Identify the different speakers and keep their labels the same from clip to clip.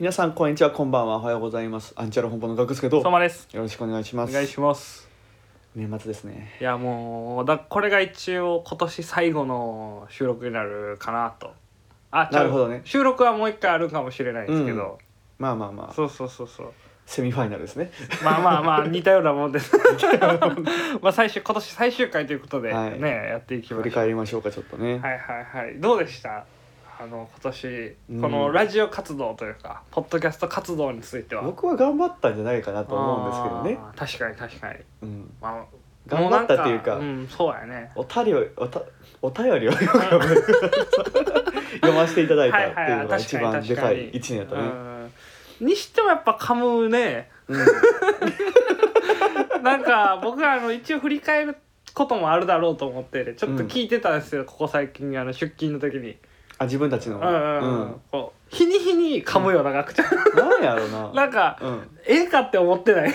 Speaker 1: 皆さんこんにちはこんばんはおはようございますアンチャル本舗のガクスケと
Speaker 2: 相馬です
Speaker 1: よろしくお願いし
Speaker 2: お
Speaker 1: ます
Speaker 2: 願いします
Speaker 1: 年末ですね
Speaker 2: いやもうだこれが一応今年最後の収録になるかなとあ
Speaker 1: なるほどね
Speaker 2: 違う収録はもう一回あるかもしれないですけど、
Speaker 1: まあまあまあ
Speaker 2: そうそうそうそう
Speaker 1: セミファイナルですね
Speaker 2: まあまあまあ似たようなもんです まあ最終今年最終回ということでね、
Speaker 1: はい
Speaker 2: やっていき
Speaker 1: 振
Speaker 2: ま
Speaker 1: り
Speaker 2: しょう
Speaker 1: 返りましょうかちょっとね、
Speaker 2: はいはいはいどうでしたあの今年
Speaker 1: うん
Speaker 2: このラジオ活動というか、ポッドキャスト活動については
Speaker 1: 僕は頑張ったんじゃないかなと思うんですけどね、
Speaker 2: あー確かに確かに、
Speaker 1: うん、
Speaker 2: まあ、
Speaker 1: 頑張ったっていうか
Speaker 2: もなんうん、そうやね
Speaker 1: おたりをおたお便りをよく読む読ませていただいたっていうのが一番でかい一年やったね、
Speaker 2: うんにしてもやっぱ噛むね
Speaker 1: うん
Speaker 2: なんか僕はあの一応振り返ることもあるだろうと思ってちょっと聞いてたんですよ、ここ最近あの出勤の時に、
Speaker 1: あ自分たち
Speaker 2: う
Speaker 1: の、
Speaker 2: んうんうんこう日に日に噛むようなガクちゃん、
Speaker 1: なんやろうな
Speaker 2: なんか
Speaker 1: うん、
Speaker 2: ええかって思って ない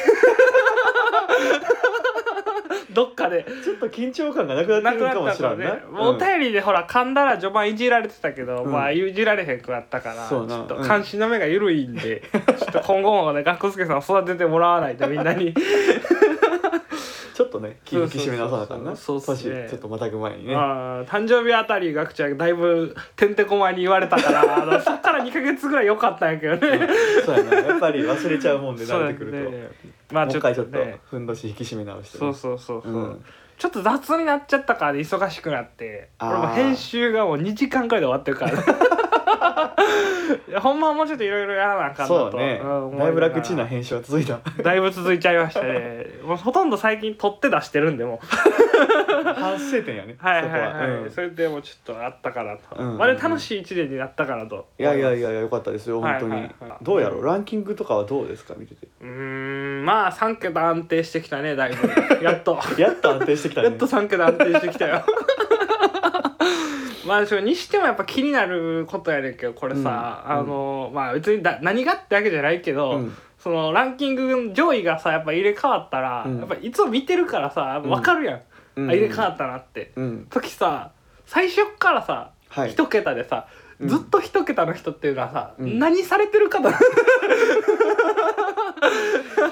Speaker 2: どっかで
Speaker 1: ちょっと緊張感がなくなって
Speaker 2: な
Speaker 1: く
Speaker 2: く
Speaker 1: る
Speaker 2: な
Speaker 1: かも
Speaker 2: っ
Speaker 1: したれ
Speaker 2: の
Speaker 1: ん
Speaker 2: で、
Speaker 1: な、
Speaker 2: もうお便りでほら噛んだら序盤いじられてたけど、
Speaker 1: うん
Speaker 2: まあいじられへんくなったからち
Speaker 1: そう
Speaker 2: ょ
Speaker 1: な
Speaker 2: っと
Speaker 1: うん
Speaker 2: 監視の目が緩いん で、ちょっと今後もね学助さん育ててもらわないとみん なに
Speaker 1: ちょっとね気を引き締め直さなあかんな
Speaker 2: そうそうそうそうそうっすね
Speaker 1: 年ちょっとまたぐ前にね
Speaker 2: あー誕生日あたり学ちゃんだいぶてんてこまいに言われ たからあのそっから2か月ぐらい良かったんやけどね。
Speaker 1: そうやなやっぱり忘れちゃうもんで
Speaker 2: そ
Speaker 1: 慣
Speaker 2: うや
Speaker 1: れ
Speaker 2: ね
Speaker 1: てくると、
Speaker 2: まあ
Speaker 1: もう
Speaker 2: ちょ
Speaker 1: 一
Speaker 2: っと
Speaker 1: 回ちょっと
Speaker 2: ね
Speaker 1: ふんどし引き締め直してね、
Speaker 2: そうそうそうそう、
Speaker 1: うん
Speaker 2: ちょっと雑になっちゃったからで忙しくなって
Speaker 1: あー
Speaker 2: 俺も編集がもう2時間くらいで終わってるから ねいやほんまはもうちょっといろいろやらなあかんな
Speaker 1: そ
Speaker 2: と
Speaker 1: うね、
Speaker 2: ん思いながら
Speaker 1: だいぶ楽ちんな編集は続いた
Speaker 2: だいぶ続いちゃいましたねもうほとんど最近撮って出してるんでもう
Speaker 1: 反省点やね
Speaker 2: はいはいはい
Speaker 1: そ
Speaker 2: そ,、
Speaker 1: こは、
Speaker 2: れでもうちょっとあったからと、
Speaker 1: うんうんうん
Speaker 2: まあで楽しい一年になったからと
Speaker 1: うん、いやいやいやよかったですよ本当に、
Speaker 2: はいはいはい
Speaker 1: どうやろうランキングとかはどうですか見てて
Speaker 2: うーんまあ3桁安定してきたねだいぶやっと
Speaker 1: やっと安定してきたね
Speaker 2: やっと3桁安定してきた よまあそれにしてもやっぱ気になることやねんけどこれさ、
Speaker 1: うん
Speaker 2: あのまあ別にだ何がってわけじゃないけ
Speaker 1: う
Speaker 2: ど、
Speaker 1: ん
Speaker 2: そのランキングの上位がさやっぱ入れ替わったら、
Speaker 1: うん
Speaker 2: やっぱいつも見てるからさ分かるやん、
Speaker 1: うん
Speaker 2: あ入れ替わったなって、
Speaker 1: うん
Speaker 2: 時さ最初っからさ
Speaker 1: はい
Speaker 2: 一桁でさ、
Speaker 1: うん
Speaker 2: ずっと一桁の人っていうのはさ、
Speaker 1: うん
Speaker 2: 何されてる かだあ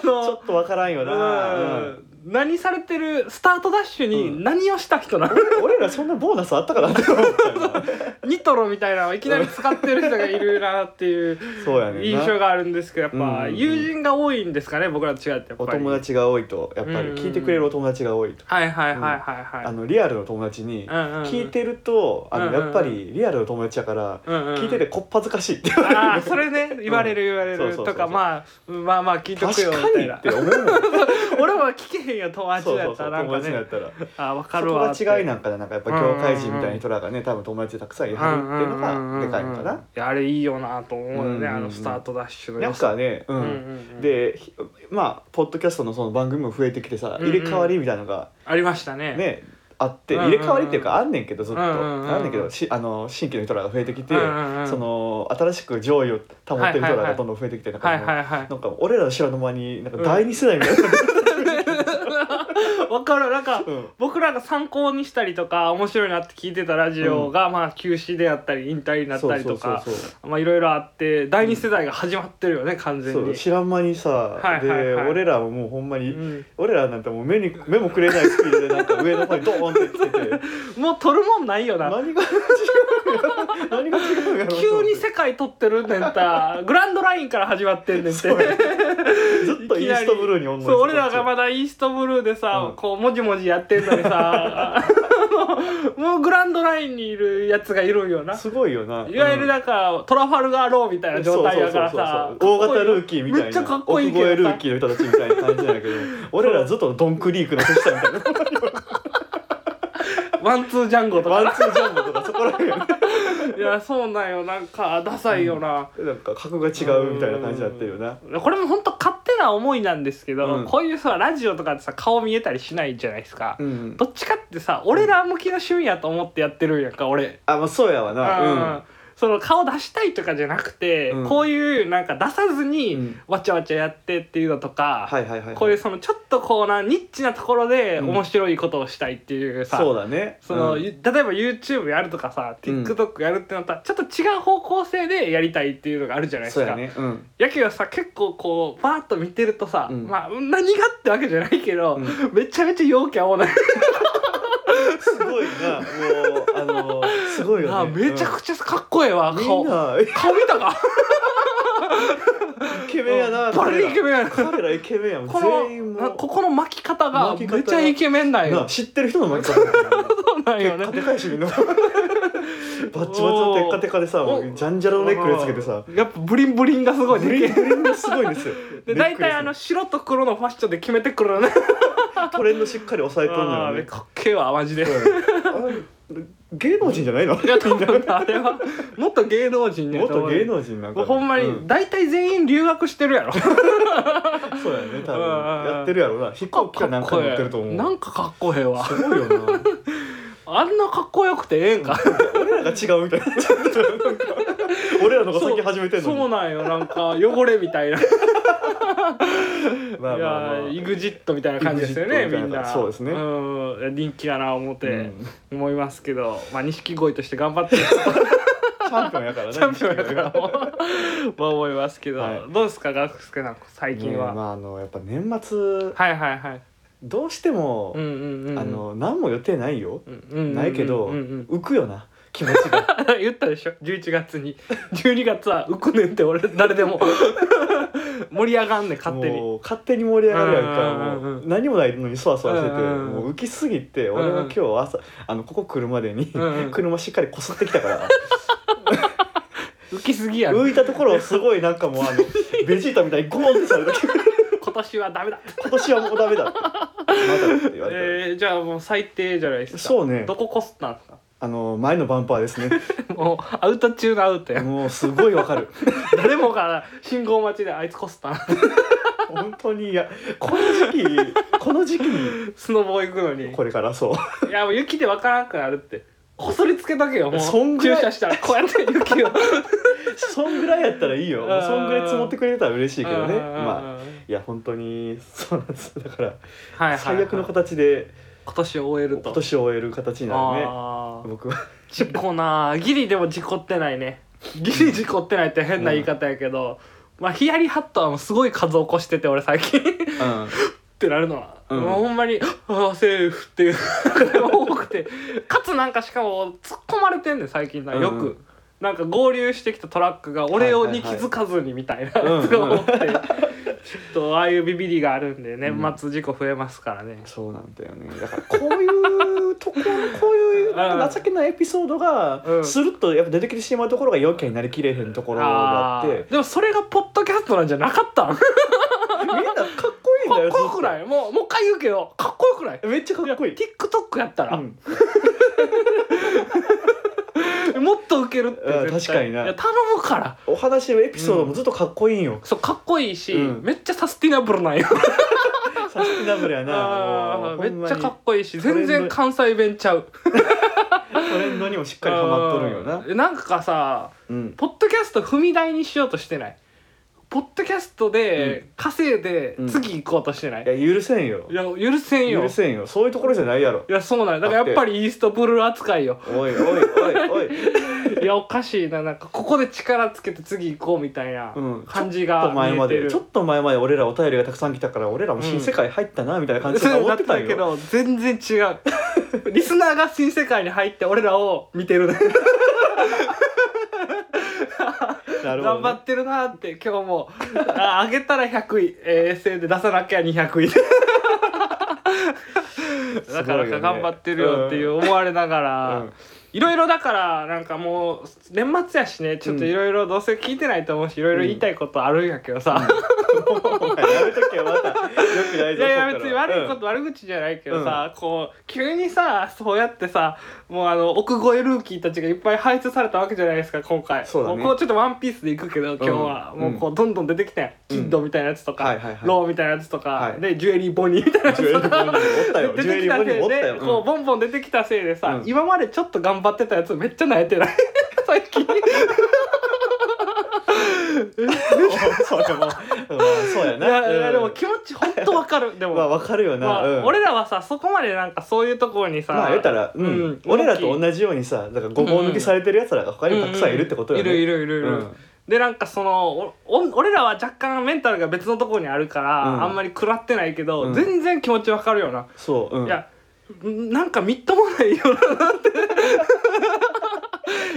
Speaker 2: の
Speaker 1: ちょっとわからんよな、うん
Speaker 2: うん何されてるスタートダッシュ
Speaker 1: うん
Speaker 2: に何をした人なの、
Speaker 1: 俺らそんなボーナスあったかなって思ったよな
Speaker 2: ニトロみたいなのをいきなり使ってる人がいるなっていう
Speaker 1: そうやねんな
Speaker 2: 印象があるんですけどやっ
Speaker 1: うんうん
Speaker 2: ぱ
Speaker 1: うん
Speaker 2: 友人が多いんですかね僕らと違ってやっぱ
Speaker 1: お
Speaker 2: り
Speaker 1: 友達が多いとやっぱり聞いてくれるお友達が多いと、
Speaker 2: はいはいはいはいはい、
Speaker 1: あのリアルの友達に
Speaker 2: うんうんうん
Speaker 1: 聞いてると、あ
Speaker 2: うん
Speaker 1: の
Speaker 2: うんうん
Speaker 1: やっぱりリアルの友達やから、
Speaker 2: うんうんうん
Speaker 1: 聞いててこっぱずかしいって
Speaker 2: ああそれね言われる言われ
Speaker 1: そうそう
Speaker 2: る
Speaker 1: そうそう
Speaker 2: とかまあうんまあまあ聞いとく
Speaker 1: 確
Speaker 2: よみ
Speaker 1: か
Speaker 2: た
Speaker 1: に
Speaker 2: いな
Speaker 1: って思うもん
Speaker 2: 俺は聞けへんよ友達
Speaker 1: そう
Speaker 2: だ
Speaker 1: そ
Speaker 2: っ
Speaker 1: うそ
Speaker 2: た
Speaker 1: う
Speaker 2: らなん
Speaker 1: 友
Speaker 2: か
Speaker 1: 達や
Speaker 2: ね
Speaker 1: ったら
Speaker 2: あ分か
Speaker 1: そ
Speaker 2: る
Speaker 1: こ
Speaker 2: わ
Speaker 1: が
Speaker 2: って
Speaker 1: 違いなんかななんかやっぱ業界人みたいな人らがね多分友達でたくさんいはるっていうのがでかいのか
Speaker 2: うんうんうんうん
Speaker 1: な、
Speaker 2: いやあれいいよなと思うよね、
Speaker 1: うんうんうん
Speaker 2: あのスタートダッシュの
Speaker 1: なん
Speaker 2: 良さ
Speaker 1: かねうん、
Speaker 2: うんうんうん
Speaker 1: でひまあポッドキャストのその番組も増えてきてさ、
Speaker 2: うんうん
Speaker 1: 入れ替わりみたいなのが
Speaker 2: ありましたね
Speaker 1: ねあって
Speaker 2: うん
Speaker 1: 入れ替わりっていうかあんねんけどずっと
Speaker 2: うんうんうん
Speaker 1: あんねんけどしあの新規の人らが増えてきて
Speaker 2: うんうんうん
Speaker 1: その新しく上位を保ってる人らがどんどん増えてきてなんか
Speaker 2: はい
Speaker 1: もう
Speaker 2: はいはい
Speaker 1: なんか俺らの知らぬ間になんか第二世代みたいな、
Speaker 2: わかるなんか
Speaker 1: うん
Speaker 2: 僕らが参考にしたりとか面白いなって聞いてたラジオが、まあ休止であったり引退になったりとか
Speaker 1: そうそうそう
Speaker 2: まあいろいろあって第二世代が始まってるよね、完全
Speaker 1: そ
Speaker 2: に
Speaker 1: うそう知らん間にさ、
Speaker 2: いはいはい
Speaker 1: で俺らももうほんまに、
Speaker 2: うん
Speaker 1: 俺らなんてもう目に目もくれないスピードでなんか上の方にドーンって来て て
Speaker 2: もう取るもんないよな
Speaker 1: 何が違うのやろ何が違うんやろ
Speaker 2: 急に世界取ってるねん たグランドラインから始まってんねんて
Speaker 1: そうやずっとイーストブルーにおんの
Speaker 2: そう俺らが
Speaker 1: ま
Speaker 2: まだイーストブルーでさ、
Speaker 1: うん
Speaker 2: こうもじもじやってんのに さあのもうグランドラインにいるやつがいるんよな
Speaker 1: すごいよない
Speaker 2: いわゆる
Speaker 1: だ
Speaker 2: なんか、トラファルガーローみたいな状態やからさ
Speaker 1: そうそうそうそう大型ルーキーみたいな
Speaker 2: めっちゃかっこいいけ
Speaker 1: 奥越えル
Speaker 2: どさ
Speaker 1: ーキーの人たちみたいな感じなんやけど俺らずっとドンクリークの手下みたい な
Speaker 2: ワンツージャンゴと
Speaker 1: ワ
Speaker 2: か
Speaker 1: ンツージャンボとかそこら辺やね
Speaker 2: いやそうなんよなんかダサいよな、
Speaker 1: なんか格が違うみたいな感じになってるよな
Speaker 2: これも本当勝手な思いなんですけど、
Speaker 1: うん
Speaker 2: こういうさラジオとかでさ顔見えたりしないじゃないですか、
Speaker 1: うん
Speaker 2: どっちかってさ俺ら向きの趣味やと思ってやってるんやんか俺
Speaker 1: あまあそうやわなうん
Speaker 2: うんその顔出したいとかじゃなくて、
Speaker 1: うん
Speaker 2: こういうなんか出さず
Speaker 1: う
Speaker 2: に
Speaker 1: ん
Speaker 2: わちゃわちゃやってっていうのとか、
Speaker 1: はいはいはいはい
Speaker 2: こういうそのちょっとこうなニッチなところで
Speaker 1: うん
Speaker 2: 面白いことをしたいっていうさ、
Speaker 1: そうだね
Speaker 2: その、
Speaker 1: うん
Speaker 2: ゆ例えば YouTube やるとかさ
Speaker 1: うん
Speaker 2: TikTok やるってなったらちょっと違う方向性でやりたいっていうのがあるじゃないで
Speaker 1: そう
Speaker 2: すか。
Speaker 1: やねうん
Speaker 2: やけどさ結構こうバーッと見てるとさ、
Speaker 1: うん
Speaker 2: まあ何がってわけじゃないけど、
Speaker 1: う
Speaker 2: めちゃめちゃ陽キャもない
Speaker 1: すごいなもうあのすごい
Speaker 2: あ
Speaker 1: よね
Speaker 2: めちゃくちゃかっこええわ、
Speaker 1: うんみ
Speaker 2: 顔
Speaker 1: んな
Speaker 2: 顔見たか
Speaker 1: イケメンやな
Speaker 2: バリイケメンやな
Speaker 1: 彼らイケメンやも
Speaker 2: こ
Speaker 1: ん全員
Speaker 2: の
Speaker 1: も
Speaker 2: なここの巻き方が
Speaker 1: 巻き方
Speaker 2: めちゃイケメンなん
Speaker 1: な
Speaker 2: よ
Speaker 1: 知ってる人の前から
Speaker 2: そうなんよね
Speaker 1: テカやしみんな バッチバチのテッカテカでさも
Speaker 2: お
Speaker 1: うジャンジャラのネックレスつけてさ
Speaker 2: やっぱブリンブリンがすごい
Speaker 1: ブ
Speaker 2: で
Speaker 1: リン
Speaker 2: け
Speaker 1: ブリンがすごいんですよ
Speaker 2: で
Speaker 1: ネッ
Speaker 2: 大
Speaker 1: クレ
Speaker 2: 体
Speaker 1: ス
Speaker 2: あの白と黒のファッションで決めてくるのね
Speaker 1: トレンドしっかり抑えとんの
Speaker 2: あ
Speaker 1: よ
Speaker 2: ー
Speaker 1: ね
Speaker 2: かっけえわマジで。
Speaker 1: うんあれ芸能人じゃないの
Speaker 2: いや多分あれはもっと芸能人ね
Speaker 1: もっと芸
Speaker 2: 能
Speaker 1: 能人なんかな
Speaker 2: ほんま
Speaker 1: う
Speaker 2: に大体全員留学して るやろ
Speaker 1: そうやね多分
Speaker 2: うん
Speaker 1: やってるやろな飛行機かなんか乗ってると思う
Speaker 2: なんかかっこええわ
Speaker 1: すごいよな
Speaker 2: あんなかっこよくてええんか
Speaker 1: 俺らが違うみたいになっちゃってるなんか俺らの方が先始めてんの
Speaker 2: そう
Speaker 1: に
Speaker 2: なんよなんか汚れみたいない
Speaker 1: まあまあまあ
Speaker 2: やイグジットみたいな感じですよね
Speaker 1: EXIT み
Speaker 2: み
Speaker 1: たいなん
Speaker 2: な
Speaker 1: そうですね
Speaker 2: うん人気やな思っ
Speaker 1: う
Speaker 2: て
Speaker 1: ん
Speaker 2: 思いますけどまあ錦鯉として頑張っ て
Speaker 1: チャンピオンやからね
Speaker 2: チャンピオンやからも まあ思いますけど
Speaker 1: はい
Speaker 2: どうですか学生なんか最近
Speaker 1: ねえま
Speaker 2: は
Speaker 1: ああのやっぱ年末
Speaker 2: はいはいはい
Speaker 1: どうしても、
Speaker 2: うんうんうんうん
Speaker 1: あの何も予定ないよ、
Speaker 2: うんうんうんうん
Speaker 1: ないけど、
Speaker 2: うんうん
Speaker 1: 浮くよな気持ち が
Speaker 2: 言ったでしょ11月に12月 は浮くねんって俺誰でも 盛り上がんねん勝手に
Speaker 1: もう勝手に盛り上がるやんか
Speaker 2: うんうんうん
Speaker 1: もう何もないのにそわそわしてて、
Speaker 2: うんうんうん
Speaker 1: もう浮きすぎて、俺は今日朝あのここ来るまでに、
Speaker 2: うんう ん
Speaker 1: 車しっかりこすってきたから
Speaker 2: 浮きすぎやろ
Speaker 1: 浮いたところをすごいなんかもう あのベジータみたいにゴーンってされたけど
Speaker 2: 今年はダメだ
Speaker 1: 今年はもうダメだってまだって言われた、
Speaker 2: えー、じゃあもう最低じゃないですか
Speaker 1: そうね
Speaker 2: どここすったんですか
Speaker 1: あの前のバンパーですね
Speaker 2: もうアウト中のアウトや
Speaker 1: もうすごいわかる
Speaker 2: 誰もが信号待ちであいつこすったん
Speaker 1: 本当にいやこの時期この時期に
Speaker 2: スノボ行くのに
Speaker 1: これからそう
Speaker 2: いやもう雪でわからんくなるってこすりつけとけよもう
Speaker 1: そんぐらい
Speaker 2: 駐車したらこうやって 雪を
Speaker 1: そんぐらいやったらいいよ。もうそんぐらい積もってくれたら嬉しいけどね。
Speaker 2: うんうんうんうん
Speaker 1: まあ、いや、本当に、そうなんです。だから、
Speaker 2: はいはいはい
Speaker 1: 最悪の形で、
Speaker 2: 今年を終えると
Speaker 1: 今年を終える形になるね。
Speaker 2: あー
Speaker 1: 僕は。
Speaker 2: 事故なあギリでも事故ってないねギリ事故ってないって変な言い方やけど、まあヒヤリハットはもうすごい数起こしてて俺最近っ
Speaker 1: うん。
Speaker 2: てなるのは、
Speaker 1: うん
Speaker 2: もうほんまに「ああセーフ」っていうのが 多くてかつなんかしかも突っ込まれてんねん最近なよく。
Speaker 1: うんうん
Speaker 2: なんか合流してきたトラックが俺を
Speaker 1: はいはい
Speaker 2: に気
Speaker 1: はい
Speaker 2: づかずにみたいな
Speaker 1: うん
Speaker 2: とか思ってちょっとああいうビビりがあるんで
Speaker 1: うん
Speaker 2: 年末事故増えますからね、
Speaker 1: そうなんだよね。だから、こういうとこ、こういう、なんか情けないエピソード
Speaker 2: う
Speaker 1: が、
Speaker 2: ん
Speaker 1: スルッとやっぱ出てきてしまうところが陽キャになりきれへんところがあ
Speaker 2: あ
Speaker 1: って
Speaker 2: ー、でもそれがポッドキャストなんじゃなかったん
Speaker 1: みんなかっこいいんだ
Speaker 2: かっ
Speaker 1: よ。
Speaker 2: こよくないもうもう一回言うけどかっこよくな
Speaker 1: ず
Speaker 2: い
Speaker 1: っとめっちゃかっこいい。
Speaker 2: TikTok やったら、
Speaker 1: うん
Speaker 2: もっとウケるって
Speaker 1: うん
Speaker 2: 絶対
Speaker 1: 確かにない
Speaker 2: や頼むから
Speaker 1: お話のエピソードもずっとかっこいいんよ。
Speaker 2: そうかっこいいし、
Speaker 1: うん
Speaker 2: めっちゃサスティナブルなんよ
Speaker 1: サスティナブルやな。も
Speaker 2: あ
Speaker 1: う
Speaker 2: ーめっちゃかっ
Speaker 1: ほ
Speaker 2: こいいし
Speaker 1: トレンド
Speaker 2: 全然関西弁ちゃう
Speaker 1: んまにトレンドにもしっかりハマっとるんよな
Speaker 2: あ。ーなんかさ
Speaker 1: うん。
Speaker 2: ポッドキャスト踏み台にしようとしてないポッドキャストで、稼いで
Speaker 1: うん
Speaker 2: 次行こうとしてない、
Speaker 1: いや許せんよ
Speaker 2: いや許せんよ
Speaker 1: 許せんよそういうところじゃないやろ
Speaker 2: いやそうなんよだからやっぱりイーストブルー扱いよ
Speaker 1: おいおいおいおい
Speaker 2: いやおかしいななんかここで力つけて次行こうみたいな
Speaker 1: うん
Speaker 2: 感じ
Speaker 1: ちょっと
Speaker 2: が
Speaker 1: 前
Speaker 2: 見え
Speaker 1: ま
Speaker 2: てる、
Speaker 1: でちょっと前まで俺らお便りがたくさん来たから俺らも新世界入ったなみたいな感じで
Speaker 2: そう
Speaker 1: 思
Speaker 2: な
Speaker 1: っ
Speaker 2: って
Speaker 1: た
Speaker 2: た
Speaker 1: ん
Speaker 2: け
Speaker 1: よ、
Speaker 2: ど全然違う リスナーが新世界に入って俺らを見てる
Speaker 1: なるほ
Speaker 2: 頑
Speaker 1: ど
Speaker 2: 張
Speaker 1: ね
Speaker 2: ってるなって今日もあ上げたら100位えー SN で出さなきゃ200 位
Speaker 1: すご
Speaker 2: ないか
Speaker 1: よ
Speaker 2: な
Speaker 1: ね
Speaker 2: か頑張ってるよっていう思われながら、
Speaker 1: うん
Speaker 2: いろいろだからなんかもう年末やしねちょっといろいろどうせ聞いてないと思うしいろいろ言いたいことあるんやけどさ、
Speaker 1: お 前やめとけよまたよくない
Speaker 2: い
Speaker 1: ぞ
Speaker 2: やい
Speaker 1: そっから
Speaker 2: や別に悪 いこと、悪口じゃないけどさ、こう急にさそうやってさもうあの奥越えルーキーたちがいっぱい輩出されたわけじゃないですか今回
Speaker 1: そうだね
Speaker 2: もこうちょっとワンピースでいくけど今日は、
Speaker 1: うん
Speaker 2: もうこうどんどん出てきたやん、キッドみたいなやつとか、
Speaker 1: はいはいはい
Speaker 2: ローみたいなやつとか、
Speaker 1: はい
Speaker 2: でジュエリーボニーみたいな
Speaker 1: う
Speaker 2: や
Speaker 1: んジュエ
Speaker 2: つ
Speaker 1: リー
Speaker 2: と
Speaker 1: ボニーも
Speaker 2: か。
Speaker 1: おったよ
Speaker 2: 出
Speaker 1: ジュエ
Speaker 2: て
Speaker 1: リー
Speaker 2: きた
Speaker 1: ボ
Speaker 2: せい
Speaker 1: ニーもおった
Speaker 2: で、
Speaker 1: よ、
Speaker 2: こうボンボン出てきたせいでさ、
Speaker 1: うん
Speaker 2: 今までちょっと頑張ってたやつめっちゃ慣れてない
Speaker 1: うん
Speaker 2: 最近
Speaker 1: そうでも、まあ、そうや
Speaker 2: い
Speaker 1: な。
Speaker 2: やいや
Speaker 1: うん
Speaker 2: でも気持ち本当わかるで も、
Speaker 1: まあわかるよな。
Speaker 2: まあ
Speaker 1: うん
Speaker 2: 俺らはさそこまでなんかそういうところにさ、
Speaker 1: まあ言ったら、うん
Speaker 2: うん
Speaker 1: 俺らと同じようにさだからごぼう抜きされてるやつらが他にもたくさんいるってことよね、
Speaker 2: うんうんいるいるいるいる、
Speaker 1: うん
Speaker 2: でなんかそのおお俺らは若干メンタルが別のところにあるから、
Speaker 1: うん
Speaker 2: あんまり食らってないけど、
Speaker 1: うん
Speaker 2: 全然気持ちわかるよな、
Speaker 1: そう、うん、
Speaker 2: いやなんかみっともないよな って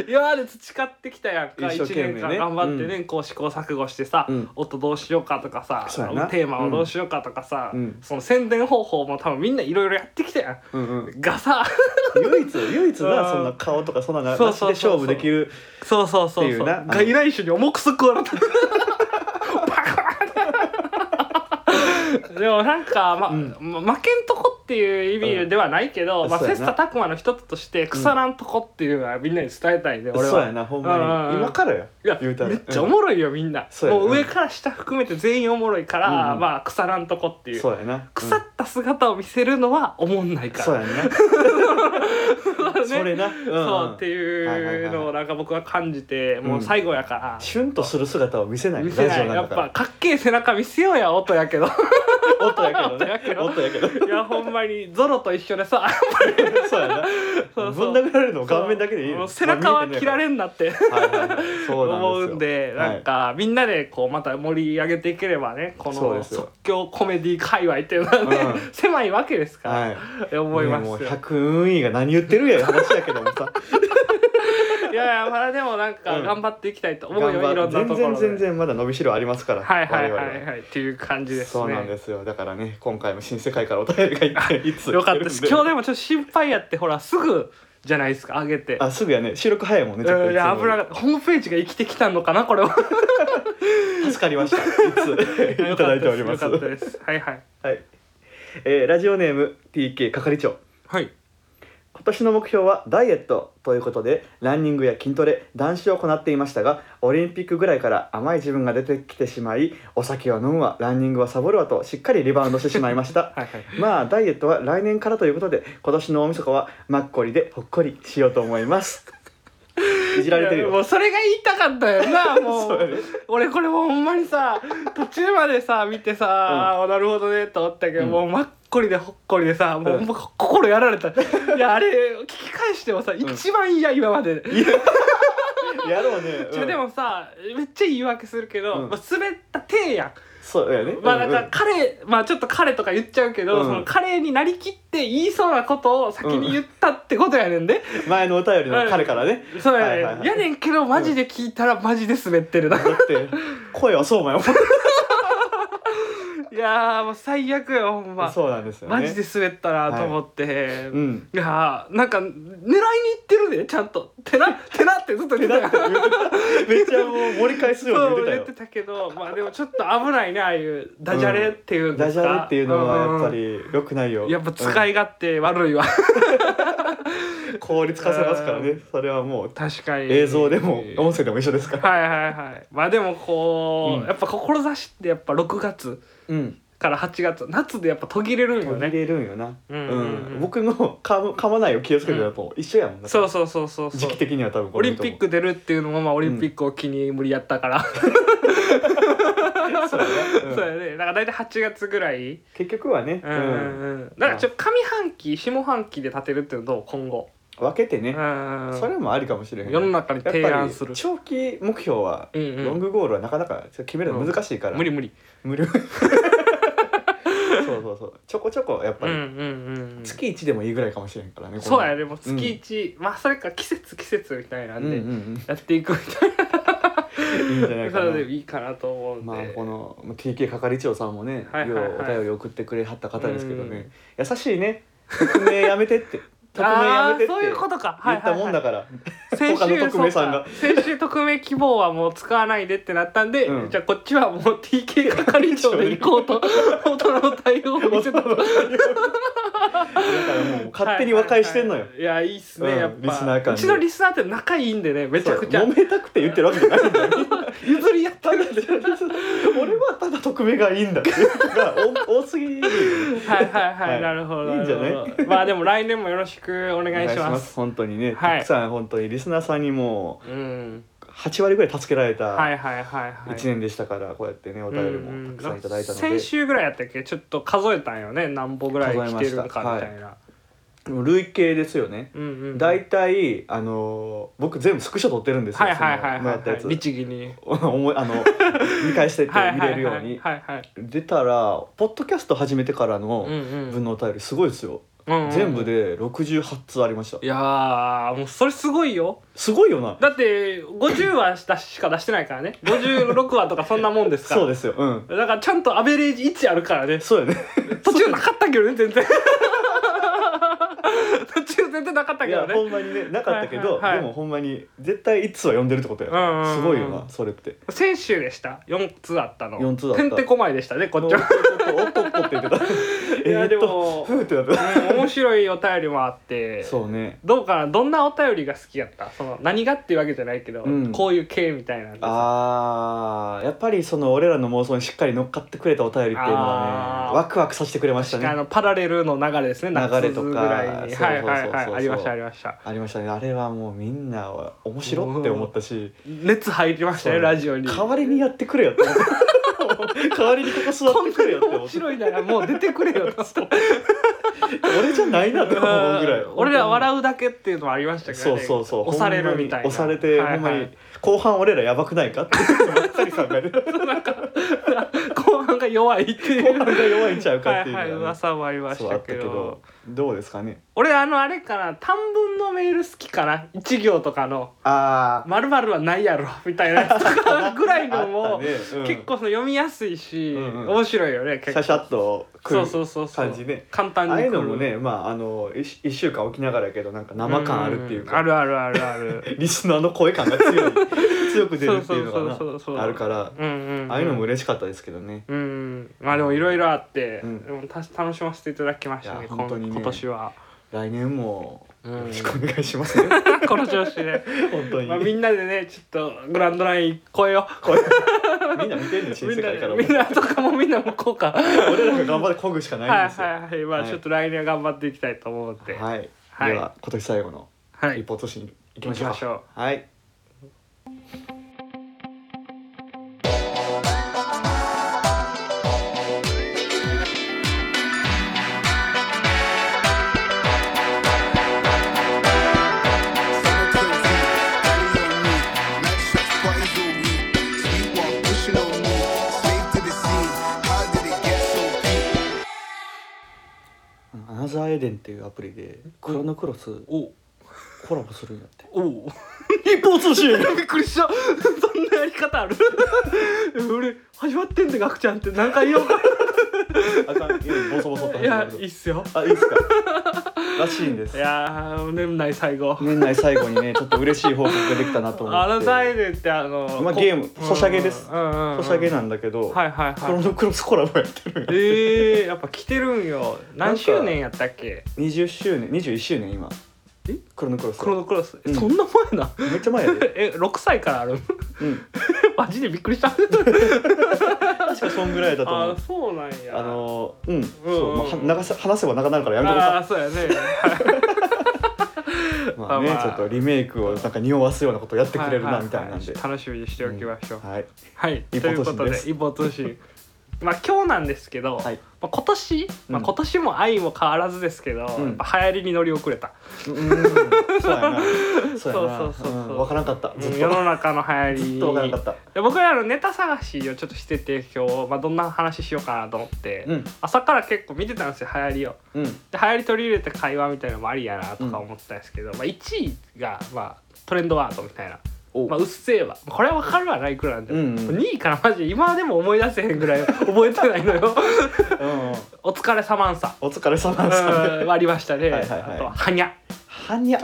Speaker 2: 今まで培ってきたやんか、
Speaker 1: 一生
Speaker 2: 一
Speaker 1: 懸命
Speaker 2: 年
Speaker 1: ね
Speaker 2: 間頑張ってね、こう試行錯誤してさ、
Speaker 1: うん
Speaker 2: 音どうしようかとかさ
Speaker 1: そうやな
Speaker 2: テーマをどうしようかとかさ、
Speaker 1: うん
Speaker 2: その宣伝方法も多分みんないろいろやってきたやん。
Speaker 1: うんうん、
Speaker 2: がさ
Speaker 1: 唯一唯一
Speaker 2: うん
Speaker 1: なそんな顔とかそんなななしで
Speaker 2: そうそうそうそう
Speaker 1: 勝負できる
Speaker 2: そうそうそ
Speaker 1: っ
Speaker 2: う
Speaker 1: てい
Speaker 2: そうう
Speaker 1: な
Speaker 2: 外来種に重くそ食われたバカ でもなんか、ま
Speaker 1: うん
Speaker 2: ま負けんとこっていう意味ではないけど、
Speaker 1: うん
Speaker 2: まあ、
Speaker 1: そうやな
Speaker 2: 切磋琢磨の一つとして腐らんとこっていうのはみんなに伝えたいね、俺は
Speaker 1: そうやなほんまに、
Speaker 2: うんうんうん
Speaker 1: 今からよ
Speaker 2: いや
Speaker 1: 言うたら
Speaker 2: めっちゃお
Speaker 1: うん
Speaker 2: もろいよみんな、
Speaker 1: そうやな
Speaker 2: もう上から下含めて全員おもろいから、
Speaker 1: うん
Speaker 2: まあ腐らんとこっていう
Speaker 1: そうやな
Speaker 2: 腐った姿を見せるのはおもんない
Speaker 1: うん
Speaker 2: か
Speaker 1: そう
Speaker 2: ら、
Speaker 1: やな
Speaker 2: ね
Speaker 1: それな、うんうん
Speaker 2: そうって
Speaker 1: はいはい
Speaker 2: い
Speaker 1: は
Speaker 2: う
Speaker 1: い
Speaker 2: のをなんか僕は感じて、もう最後やから、
Speaker 1: シュンとする姿を見せない
Speaker 2: 見せな
Speaker 1: ラ
Speaker 2: い
Speaker 1: ジオ
Speaker 2: や
Speaker 1: なん
Speaker 2: っ
Speaker 1: だ
Speaker 2: ぱ
Speaker 1: か
Speaker 2: かっけえ背中見せようや音やけど い
Speaker 1: ら音やけどね
Speaker 2: 音
Speaker 1: 音やけど
Speaker 2: やほんまにゾロと一緒でさ
Speaker 1: そうやな
Speaker 2: そうそう
Speaker 1: ぶん殴られるのも顔面だけでいい
Speaker 2: も
Speaker 1: よ
Speaker 2: う背中
Speaker 1: ま
Speaker 2: は
Speaker 1: あ見え
Speaker 2: 切
Speaker 1: て
Speaker 2: ら
Speaker 1: ない
Speaker 2: れんなって
Speaker 1: からはいはいはいそうなんですよ
Speaker 2: 思うんでなんか、みんなでこうまた盛り上げていければねこ
Speaker 1: そうで
Speaker 2: の
Speaker 1: すよ
Speaker 2: 即興コメディ界隈っていうのはね、
Speaker 1: う
Speaker 2: 狭いわけですから、
Speaker 1: はい、はい
Speaker 2: 思いま
Speaker 1: ねもう
Speaker 2: すよ
Speaker 1: 百運位が何言ってるんやいう話やけどもさ
Speaker 2: いやいやまだでもなんか
Speaker 1: うん
Speaker 2: 頑張っていきたいと 思うよ、
Speaker 1: 頑張
Speaker 2: いろんなとこ
Speaker 1: 全
Speaker 2: ろで
Speaker 1: 然全然まだ伸びしろありますから
Speaker 2: はいはいは
Speaker 1: 我
Speaker 2: い
Speaker 1: 々は
Speaker 2: はいっていう感じですね
Speaker 1: そうなんですよだからね今回も新世界からお便りがいっていつ
Speaker 2: よかったです今日
Speaker 1: ね
Speaker 2: でもちょっと心配やってほらすぐじゃないですか上げて
Speaker 1: あすぐやね収録早いもんね
Speaker 2: うんいや
Speaker 1: つ
Speaker 2: 危
Speaker 1: もよ
Speaker 2: な
Speaker 1: り
Speaker 2: かったホームページが生きてきたのかなこれは
Speaker 1: 助かりました いついただいております
Speaker 2: よかったですよかったですはいはい
Speaker 1: はい、えーラジオネーム TK 係長
Speaker 2: はい
Speaker 1: 今年の目標はダイエットということでランニングや筋トレ断酒を行っていましたがオリンピックぐらいから甘い自分が出てきてしまいお酒は飲むわランニングはサボるわとしっかりリバウンドしてしまいました
Speaker 2: はいはい
Speaker 1: まあダイエットは来年からということで今年の大晦日はマッコリでほっこりしようと思います いじられてる
Speaker 2: いやも
Speaker 1: よ
Speaker 2: うそれが言いたかったよなも
Speaker 1: そうやね
Speaker 2: う俺これもうほんまにさ途中までさ見てさ、あなるほどねと思ったけ
Speaker 1: う
Speaker 2: ど、
Speaker 1: ん
Speaker 2: もうまっこりでほっこりでさもう、
Speaker 1: うん
Speaker 2: もう心やられたいやあれ聞き返してもさ、一番嫌今まで。
Speaker 1: やろうね、
Speaker 2: 違うで
Speaker 1: うん
Speaker 2: もさめっちゃ言い訳するけど、
Speaker 1: うん
Speaker 2: まあ、滑った手やん、
Speaker 1: そうやね
Speaker 2: まあなん
Speaker 1: うんう
Speaker 2: か
Speaker 1: ん
Speaker 2: 彼、まあちょっと彼とか言っちゃうけど、
Speaker 1: うん
Speaker 2: その彼になりきって言いそうなことを先に言ったってことやねんで、
Speaker 1: 前のお便りの彼からね
Speaker 2: そうやねん、
Speaker 1: はいはいはい
Speaker 2: やねんけどマジで聞いたらマジで滑ってるな、
Speaker 1: だって声はそうまよ
Speaker 2: いやーもう最悪よほんま、
Speaker 1: そうなんですよね
Speaker 2: マジで滑ったなと思って、い
Speaker 1: うん
Speaker 2: やーなんか狙いにいってるでちゃんと「てな」てなってずっと言ってたやん
Speaker 1: めっちゃもう盛り返すよう
Speaker 2: そ
Speaker 1: に
Speaker 2: う
Speaker 1: 言
Speaker 2: 言
Speaker 1: っ
Speaker 2: っててたけどまあでもちょっと危ないねああいうダジャレってい
Speaker 1: た
Speaker 2: う
Speaker 1: よ
Speaker 2: んで
Speaker 1: ダ
Speaker 2: す
Speaker 1: ジ
Speaker 2: か
Speaker 1: ャレっていうのはやっぱ
Speaker 2: うん
Speaker 1: り良くないよ
Speaker 2: やっぱ使い勝手悪いわ
Speaker 1: うん効率化せますからねそれはもう
Speaker 2: 確かに
Speaker 1: 映像でも音声でも一緒ですから
Speaker 2: はいはいはいまあでもこう、
Speaker 1: うん
Speaker 2: やっぱ志ってやっぱ6月
Speaker 1: うん
Speaker 2: から8月夏でやっぱ途切れるんよ
Speaker 1: 入
Speaker 2: ね
Speaker 1: れるんよな
Speaker 2: うんうんうん
Speaker 1: うん僕の噛む噛まないを気をつけてると一緒やもんな
Speaker 2: そうそうそうそうそ
Speaker 1: 時
Speaker 2: う
Speaker 1: 期的には多分
Speaker 2: オ
Speaker 1: これ
Speaker 2: リ
Speaker 1: いい
Speaker 2: ン
Speaker 1: と
Speaker 2: ピ
Speaker 1: 思う
Speaker 2: ック出るっていうのもまあオリンピックを機に無理やったから、
Speaker 1: そうやね
Speaker 2: そう
Speaker 1: うん
Speaker 2: やねだから大体8月ぐらい
Speaker 1: 結局はね
Speaker 2: うんうん
Speaker 1: うん
Speaker 2: うんだからちょっと上半期下半期で立てるっていうのどう今後
Speaker 1: 分けて
Speaker 2: う
Speaker 1: ね
Speaker 2: んうん
Speaker 1: それもありかもしれへん
Speaker 2: 世の中に提案す
Speaker 1: やっぱり
Speaker 2: る
Speaker 1: 長期目標は
Speaker 2: うんうん
Speaker 1: ロングゴールはなかなか決めるの難しいから
Speaker 2: 無理無理
Speaker 1: 無料そうそうそうちょこちょこやっぱ
Speaker 2: うん
Speaker 1: り、
Speaker 2: うんうん
Speaker 1: 月1でもいいぐらいかもしれんからね
Speaker 2: そうや
Speaker 1: ね
Speaker 2: ねもう月1、まあそれか季節季節みたいな
Speaker 1: うんん
Speaker 2: で、
Speaker 1: うん
Speaker 2: やっていくみたい
Speaker 1: うんいいんじゃない
Speaker 2: な
Speaker 1: か
Speaker 2: そ
Speaker 1: な
Speaker 2: れでいいかなと思うんで、
Speaker 1: まあこの TK 係長さんもね、
Speaker 2: はいはいはい
Speaker 1: ようお便り送ってくれはった方ですけど
Speaker 2: うん
Speaker 1: ね優しいね匿名やめてって匿名や
Speaker 2: あ
Speaker 1: めて
Speaker 2: ー
Speaker 1: って
Speaker 2: そういうことか、
Speaker 1: 言ったもんだか
Speaker 2: か
Speaker 1: ら、
Speaker 2: ら先
Speaker 1: 他の
Speaker 2: 週
Speaker 1: 匿名さん
Speaker 2: そう
Speaker 1: が
Speaker 2: か先週匿名希望はもう使わないでってなったんで、
Speaker 1: うん
Speaker 2: じゃあこっちはもう TK 係長で行こう と大人の対応を見せた
Speaker 1: だからもう 勝手に和解してんのよ、
Speaker 2: はいはいはい、いやいいっすね、
Speaker 1: うん
Speaker 2: やっぱ
Speaker 1: リスナー間
Speaker 2: う
Speaker 1: で
Speaker 2: ちのリスナーって仲いいんでねめちゃくちゃ
Speaker 1: そう揉めたくて言ってるわけじゃないんだよ
Speaker 2: 譲り合った
Speaker 1: ただで 俺はただ匿曲目がいいんだっていうのが多多すぎる
Speaker 2: はいはいはい、
Speaker 1: はい
Speaker 2: なるほど
Speaker 1: いいんじゃない
Speaker 2: るほどまあでも来年もよろしくお
Speaker 1: お
Speaker 2: 願いします
Speaker 1: 本当にね、
Speaker 2: はい
Speaker 1: たくさん本当にリスナーさんにも
Speaker 2: うん
Speaker 1: う8割ぐらい助けられ
Speaker 2: は
Speaker 1: た
Speaker 2: いはいはいはい
Speaker 1: 1年でしたから、こうやってねお便りもたくさんいただいたので、
Speaker 2: うんうん先週ぐらいやったっけちょっと数えたんよね何歩ぐらい来てるかみた
Speaker 1: 数えま
Speaker 2: いな、
Speaker 1: でも累計ですよね
Speaker 2: うんうん
Speaker 1: 大体、あの僕全部スクショ撮ってるんですよ
Speaker 2: はいはいはい
Speaker 1: その前
Speaker 2: はい、
Speaker 1: やった
Speaker 2: は
Speaker 1: や
Speaker 2: い
Speaker 1: つ、、
Speaker 2: 律儀に
Speaker 1: 思い あの見返してって見れるように
Speaker 2: はいはいはいはい
Speaker 1: 出たらポッドキャスト始めてからの
Speaker 2: うんうん
Speaker 1: 分のお便りすごいですよ、
Speaker 2: うんうん
Speaker 1: 全部で68通ありました
Speaker 2: いやーもうそれすごいよ
Speaker 1: すごいよな
Speaker 2: だって50話ししか出してないからね56話とかそんなもんですか ら
Speaker 1: そうですようん
Speaker 2: だからちゃんとアベレージ1あるから ね
Speaker 1: そうやね
Speaker 2: 途中なかったけどね全然 途中全然なかった
Speaker 1: い
Speaker 2: けど
Speaker 1: や
Speaker 2: ね
Speaker 1: ほんまにねなかったけど、
Speaker 2: はいはいはい
Speaker 1: でもほんまに絶対1通は読んでるってことや、
Speaker 2: うんうんうん
Speaker 1: すごいよなそれって
Speaker 2: 先週でした4つあったの
Speaker 1: 四つあった
Speaker 2: てんてこまいでしたねこっち
Speaker 1: ちょ
Speaker 2: は
Speaker 1: っとおっとっとって言ってた
Speaker 2: いや
Speaker 1: えーっと
Speaker 2: でも
Speaker 1: ふーってなって
Speaker 2: うん面白いお便りもあって
Speaker 1: たそうね
Speaker 2: どうかなどんなお便りが好きやったその何がっていうわけじゃないけど、
Speaker 1: うん
Speaker 2: こういう系みたいなんでさ
Speaker 1: あーやっぱりその俺らの妄想にしっかり乗っかってくれたお便りっていうのは
Speaker 2: あ
Speaker 1: ね
Speaker 2: ー
Speaker 1: ワクワクさせてくれました
Speaker 2: 確か
Speaker 1: ね
Speaker 2: にあのパラレルの流れですね
Speaker 1: 流れ
Speaker 2: 夏
Speaker 1: とか
Speaker 2: ぐらいに
Speaker 1: そうそう
Speaker 2: はい
Speaker 1: そうそう
Speaker 2: はいはいありましたありました
Speaker 1: ありましたねあれはもうみんなは面白って思ったし
Speaker 2: 熱入りましたね
Speaker 1: そう
Speaker 2: ラジオに
Speaker 1: 代わりにやってくれよって思って代わりにここ座
Speaker 2: こ
Speaker 1: っ
Speaker 2: ん
Speaker 1: てくれよって
Speaker 2: な
Speaker 1: 思
Speaker 2: に面
Speaker 1: って
Speaker 2: 白いならもう出てくれよと
Speaker 1: 俺じゃないなって思うぐらい
Speaker 2: 俺ら笑うだけっていうのもありましたけど
Speaker 1: そう
Speaker 2: ね
Speaker 1: そうそう
Speaker 2: 押されるみたい
Speaker 1: ほんまに
Speaker 2: な
Speaker 1: 押されて、
Speaker 2: はいはい
Speaker 1: ほんまに後半俺らやばくないかってばっかり考える
Speaker 2: 後半が弱いってい
Speaker 1: 後
Speaker 2: う
Speaker 1: 半が弱いんちゃうかっていう
Speaker 2: はいはい
Speaker 1: のがね
Speaker 2: 噂もありまし
Speaker 1: そうあ
Speaker 2: た
Speaker 1: った
Speaker 2: け
Speaker 1: け
Speaker 2: ど
Speaker 1: どどうですかね
Speaker 2: 俺あのあれかな短文のメール好きかな一行とかの「
Speaker 1: あ
Speaker 2: まるはないやろ」みたいなやつ とかぐらいの
Speaker 1: あ
Speaker 2: も、
Speaker 1: ったねうん
Speaker 2: 結構その読みやすいし、
Speaker 1: うんうん
Speaker 2: 面白いよね
Speaker 1: シ
Speaker 2: 結構
Speaker 1: ャシャッと
Speaker 2: そ
Speaker 1: 来
Speaker 2: うそう
Speaker 1: る
Speaker 2: そうそう
Speaker 1: 感じね
Speaker 2: 簡単
Speaker 1: あ
Speaker 2: に
Speaker 1: あ
Speaker 2: 来
Speaker 1: い
Speaker 2: る
Speaker 1: うのもねまああのいし一週間起きながらやけどなんか生感あるっていうか
Speaker 2: んあるあるあるある
Speaker 1: リスナーの声感が強い強く出るっていうの
Speaker 2: そうそうそうそ
Speaker 1: が
Speaker 2: う
Speaker 1: なあるから
Speaker 2: うんうん、うん、
Speaker 1: ああいうのも嬉しかったですけどね
Speaker 2: うんまあでもいろいろあって、
Speaker 1: うん
Speaker 2: でもた楽しませていただきました
Speaker 1: い
Speaker 2: ね
Speaker 1: や
Speaker 2: こん
Speaker 1: 本当にね
Speaker 2: 今年は
Speaker 1: 来年も
Speaker 2: うん
Speaker 1: よろしくお願いしますね
Speaker 2: この調子 で、
Speaker 1: 本当に
Speaker 2: まあ、みんなでねちょっとグランドライン超えよ
Speaker 1: これみんな見てんねん
Speaker 2: う
Speaker 1: 新
Speaker 2: みん
Speaker 1: 世
Speaker 2: な
Speaker 1: 界から
Speaker 2: で
Speaker 1: も
Speaker 2: みんなとかもみんなもこうか
Speaker 1: 俺らが頑張ってこぐしかないんですよ
Speaker 2: はいはいはいまあ
Speaker 1: はい
Speaker 2: ちょっと来年は頑張っていきたいと思うのではい、
Speaker 1: はい
Speaker 2: はい
Speaker 1: では今年最後のリポートしに行きましょうか
Speaker 2: 行きましょ
Speaker 1: はい「アナザーエデン」っていうアプリで「クロノクロス」
Speaker 2: お
Speaker 1: コラボするんやって
Speaker 2: お
Speaker 1: 一方通信
Speaker 2: びっくりしたそんなやり方ある 俺始まってんでガクちゃんって何回 言おうか
Speaker 1: あかんボソボソって
Speaker 2: い
Speaker 1: 始ま
Speaker 2: や
Speaker 1: る
Speaker 2: いいっすよ
Speaker 1: あいいっすからしいんで
Speaker 2: い
Speaker 1: す
Speaker 2: やー年内最後
Speaker 1: 年内最後にねちょっと嬉しい報告ができたなと思って
Speaker 2: あの財でってあの
Speaker 1: まあ
Speaker 2: こ
Speaker 1: ゲーム
Speaker 2: うん
Speaker 1: ソシャゲです
Speaker 2: うんうんう
Speaker 1: ソ
Speaker 2: ん
Speaker 1: シャゲなんだけど、
Speaker 2: はいはい
Speaker 1: クロ
Speaker 2: はい
Speaker 1: ノクロスコラボやってるんや
Speaker 2: えー、やっぱ来てるんよ
Speaker 1: なん
Speaker 2: 何
Speaker 1: か
Speaker 2: 周年やったっけ
Speaker 1: 20周年21周年今
Speaker 2: え
Speaker 1: クロノクロス
Speaker 2: クロノクロス、
Speaker 1: うん
Speaker 2: そんな前な
Speaker 1: めっちゃ前やで、
Speaker 2: え6歳からある
Speaker 1: うん、
Speaker 2: マジでびっくりした
Speaker 1: 確かそんぐらいだと思
Speaker 2: あ
Speaker 1: う
Speaker 2: ーそうなんや
Speaker 1: あのーうん、そうまあは長さ話せば長なる からやめとこう
Speaker 2: あ
Speaker 1: さ
Speaker 2: あそうやね
Speaker 1: まあね、
Speaker 2: まあまあ
Speaker 1: ちょっとリメイクをなんか匂わすようなことやってくれる
Speaker 2: は
Speaker 1: な
Speaker 2: は
Speaker 1: みたいなんで、
Speaker 2: 楽しみにしておきましょう、
Speaker 1: はい
Speaker 2: はい、と
Speaker 1: 一
Speaker 2: い
Speaker 1: 歩
Speaker 2: う
Speaker 1: 通
Speaker 2: こ
Speaker 1: 信
Speaker 2: と
Speaker 1: で
Speaker 2: です一歩通信まあ今日なんですけど、
Speaker 1: はい
Speaker 2: まあ、今年、まあ、
Speaker 1: うん
Speaker 2: 今年も愛も変わらずですけど、
Speaker 1: うん
Speaker 2: やっぱ流行りに乗り遅れた、
Speaker 1: うんそうやなそうやな
Speaker 2: そうそうそうそう
Speaker 1: 分からんかったずっ
Speaker 2: う
Speaker 1: と
Speaker 2: ん世の中の流行り
Speaker 1: ずっと分からんかった
Speaker 2: で僕らのネタ探しをちょっとしてて今日、まあ、どんな話しようかなと思って、
Speaker 1: うん
Speaker 2: 朝から結構見てたんですよ流行りを
Speaker 1: うん
Speaker 2: で流行り取り入れて会話みたいなのもありやなとか思ってたんですけど、まあ、1位が、まあ、トレンドワードみたいな
Speaker 1: お
Speaker 2: まあ、うっせえわこれは分かるわないくらなんで、
Speaker 1: うんうん
Speaker 2: 2位からマジで今でも思い出せへんぐらい覚えてないのよ
Speaker 1: うんうん
Speaker 2: お疲れ様んさ
Speaker 1: お疲れ様です
Speaker 2: うん割りましたね
Speaker 1: はいはいはい
Speaker 2: あとははにゃ
Speaker 1: はにゃ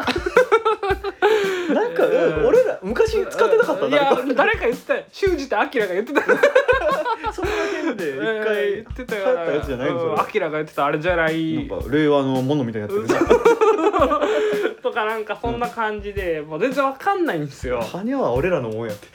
Speaker 1: なんか、うん俺ら昔使ってなかった
Speaker 2: いや
Speaker 1: なんか
Speaker 2: 誰か言ってたよ修二とアキラが言ってた一
Speaker 1: それだけで 一回
Speaker 2: 言ってた
Speaker 1: 流
Speaker 2: よ
Speaker 1: 行ったやつじゃないのそれ
Speaker 2: うんアキラが言ってたあれじゃない
Speaker 1: なんか令和のものみたいになってる
Speaker 2: とかなんかそんな感じで、もう全然わかんないんですよ
Speaker 1: はにゃは俺らのもんやって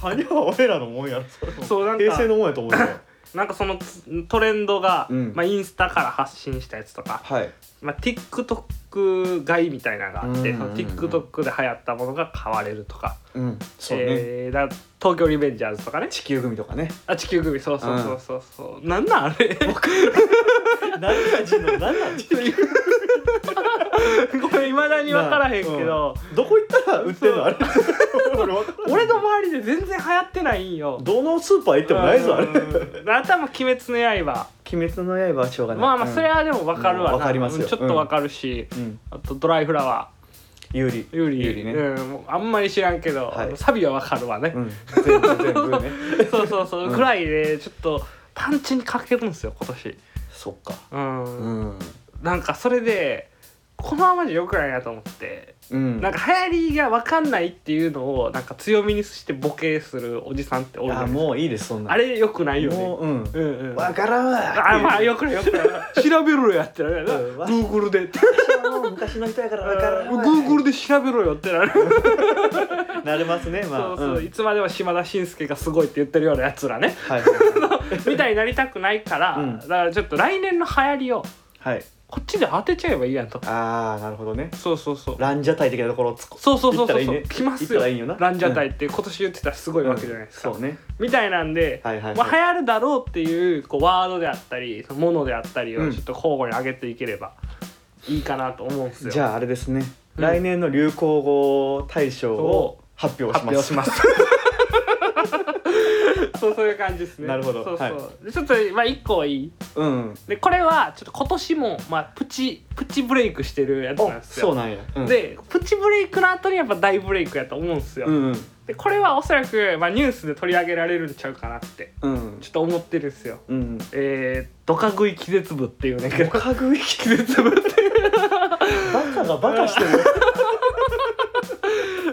Speaker 1: ハニは俺らのもんやろそれも
Speaker 2: そうなんか
Speaker 1: 平成のもんやと思うよ
Speaker 2: なんかそのつトレンドが、
Speaker 1: うん
Speaker 2: まあ、インスタから発信したやつとか、
Speaker 1: はい
Speaker 2: まあ、TikTok 買いみたいなのがあって、
Speaker 1: うんうんうん
Speaker 2: その TikTok で流行ったものが買われるとか、
Speaker 1: うんそうね、
Speaker 2: えーだ東京リベンジャーズとかね
Speaker 1: 地球組とかね
Speaker 2: あ地球組そうそうそうそうそう、なんなんあれ
Speaker 1: 何が人の何なん
Speaker 2: これいまだに分からへんけど、
Speaker 1: どこ行ったら売ってんのあれ俺分からん
Speaker 2: 俺の周りで全然流行ってないんよ
Speaker 1: どのスーパー行ってもないぞあれ
Speaker 2: う
Speaker 1: 鬼
Speaker 2: んあとはもう鬼滅の刃」
Speaker 1: 滅の刃はしょうがない
Speaker 2: まあまあそれ
Speaker 1: は
Speaker 2: はでも分かるわ
Speaker 1: う
Speaker 2: な、
Speaker 1: んわかりますよ
Speaker 2: うんちょっと分かるし、
Speaker 1: うん
Speaker 2: あと「ドライフラワ
Speaker 1: 有利
Speaker 2: ー」ユーリ
Speaker 1: 有利ね
Speaker 2: うん、もうあんまり知らんけど、
Speaker 1: はい
Speaker 2: サビは分かるわね、
Speaker 1: うん全部全部 ね
Speaker 2: そうそうそう、
Speaker 1: うん
Speaker 2: ぐらいでちょっとパンチに欠けるんですよ今年
Speaker 1: そっか
Speaker 2: うん、
Speaker 1: うん
Speaker 2: なんかそれでこのままじゃよくないなと思って
Speaker 1: うん
Speaker 2: なんか流行りが分かんないっていうのをなんか強みにしてボケするおじさんっておるじゃ
Speaker 1: あ
Speaker 2: ないですか
Speaker 1: もういいですそんな
Speaker 2: あれよくないよね
Speaker 1: もううん
Speaker 2: うんうん
Speaker 1: 分からんわ
Speaker 2: あまあよくないよくない調べろよってなるグ
Speaker 1: うんわ
Speaker 2: ーグルでって
Speaker 1: もう昔の人やか
Speaker 2: グ
Speaker 1: ら分からんわ
Speaker 2: ーグルで調べろよってなる
Speaker 1: なれますねまあ
Speaker 2: そうそう、
Speaker 1: ん
Speaker 2: いつまでも島田紳介がすごいって言ってるようなやつ らね
Speaker 1: はいは
Speaker 2: みたいになりたくないから、
Speaker 1: うん
Speaker 2: だからちょっと来年の流行りを
Speaker 1: いはい
Speaker 2: こっちで当てちゃえばいいやんと
Speaker 1: ああなるほどね
Speaker 2: そうそうそう
Speaker 1: ランジャタイ的なところをつこ
Speaker 2: そうそうそ
Speaker 1: 行
Speaker 2: う
Speaker 1: った
Speaker 2: そ
Speaker 1: ら
Speaker 2: う
Speaker 1: いいね
Speaker 2: 来ます
Speaker 1: 行った
Speaker 2: よ
Speaker 1: らいいよな
Speaker 2: ランジャタイって今年言ってたらすごいわけじゃないですか、
Speaker 1: そうね
Speaker 2: みたいなんで、
Speaker 1: はいはいはい
Speaker 2: まあ、流行るだろうっていうこうワードであったりそのものであったり
Speaker 1: う
Speaker 2: を
Speaker 1: ん
Speaker 2: ちょっと交互に上げていければいいかなと思うんですよ、
Speaker 1: じゃああれですね、
Speaker 2: うん
Speaker 1: 来年の流行語大賞を発表し
Speaker 2: 発
Speaker 1: ます
Speaker 2: 表します そうそういう感じですね
Speaker 1: なるほど
Speaker 2: そうそう、
Speaker 1: は
Speaker 2: でちょっとまあ一個いい
Speaker 1: うん
Speaker 2: でこれはちょっと今年も、まあ、プチプチブレイクしてるやつなん
Speaker 1: お
Speaker 2: ですよ
Speaker 1: そうなんや、うん、
Speaker 2: でプチブレイクの後にやっぱ大ブレイクやと思うんですよ、
Speaker 1: うんうん
Speaker 2: でこれはおそらく、まあ、ニュースで取り上げられるんちゃうかなって
Speaker 1: うん
Speaker 2: ちょっと思ってるんですよ
Speaker 1: うん
Speaker 2: えー、ドカ食い気絶部っていうねんけど
Speaker 1: 家具行きでつぶってバカがバカしてる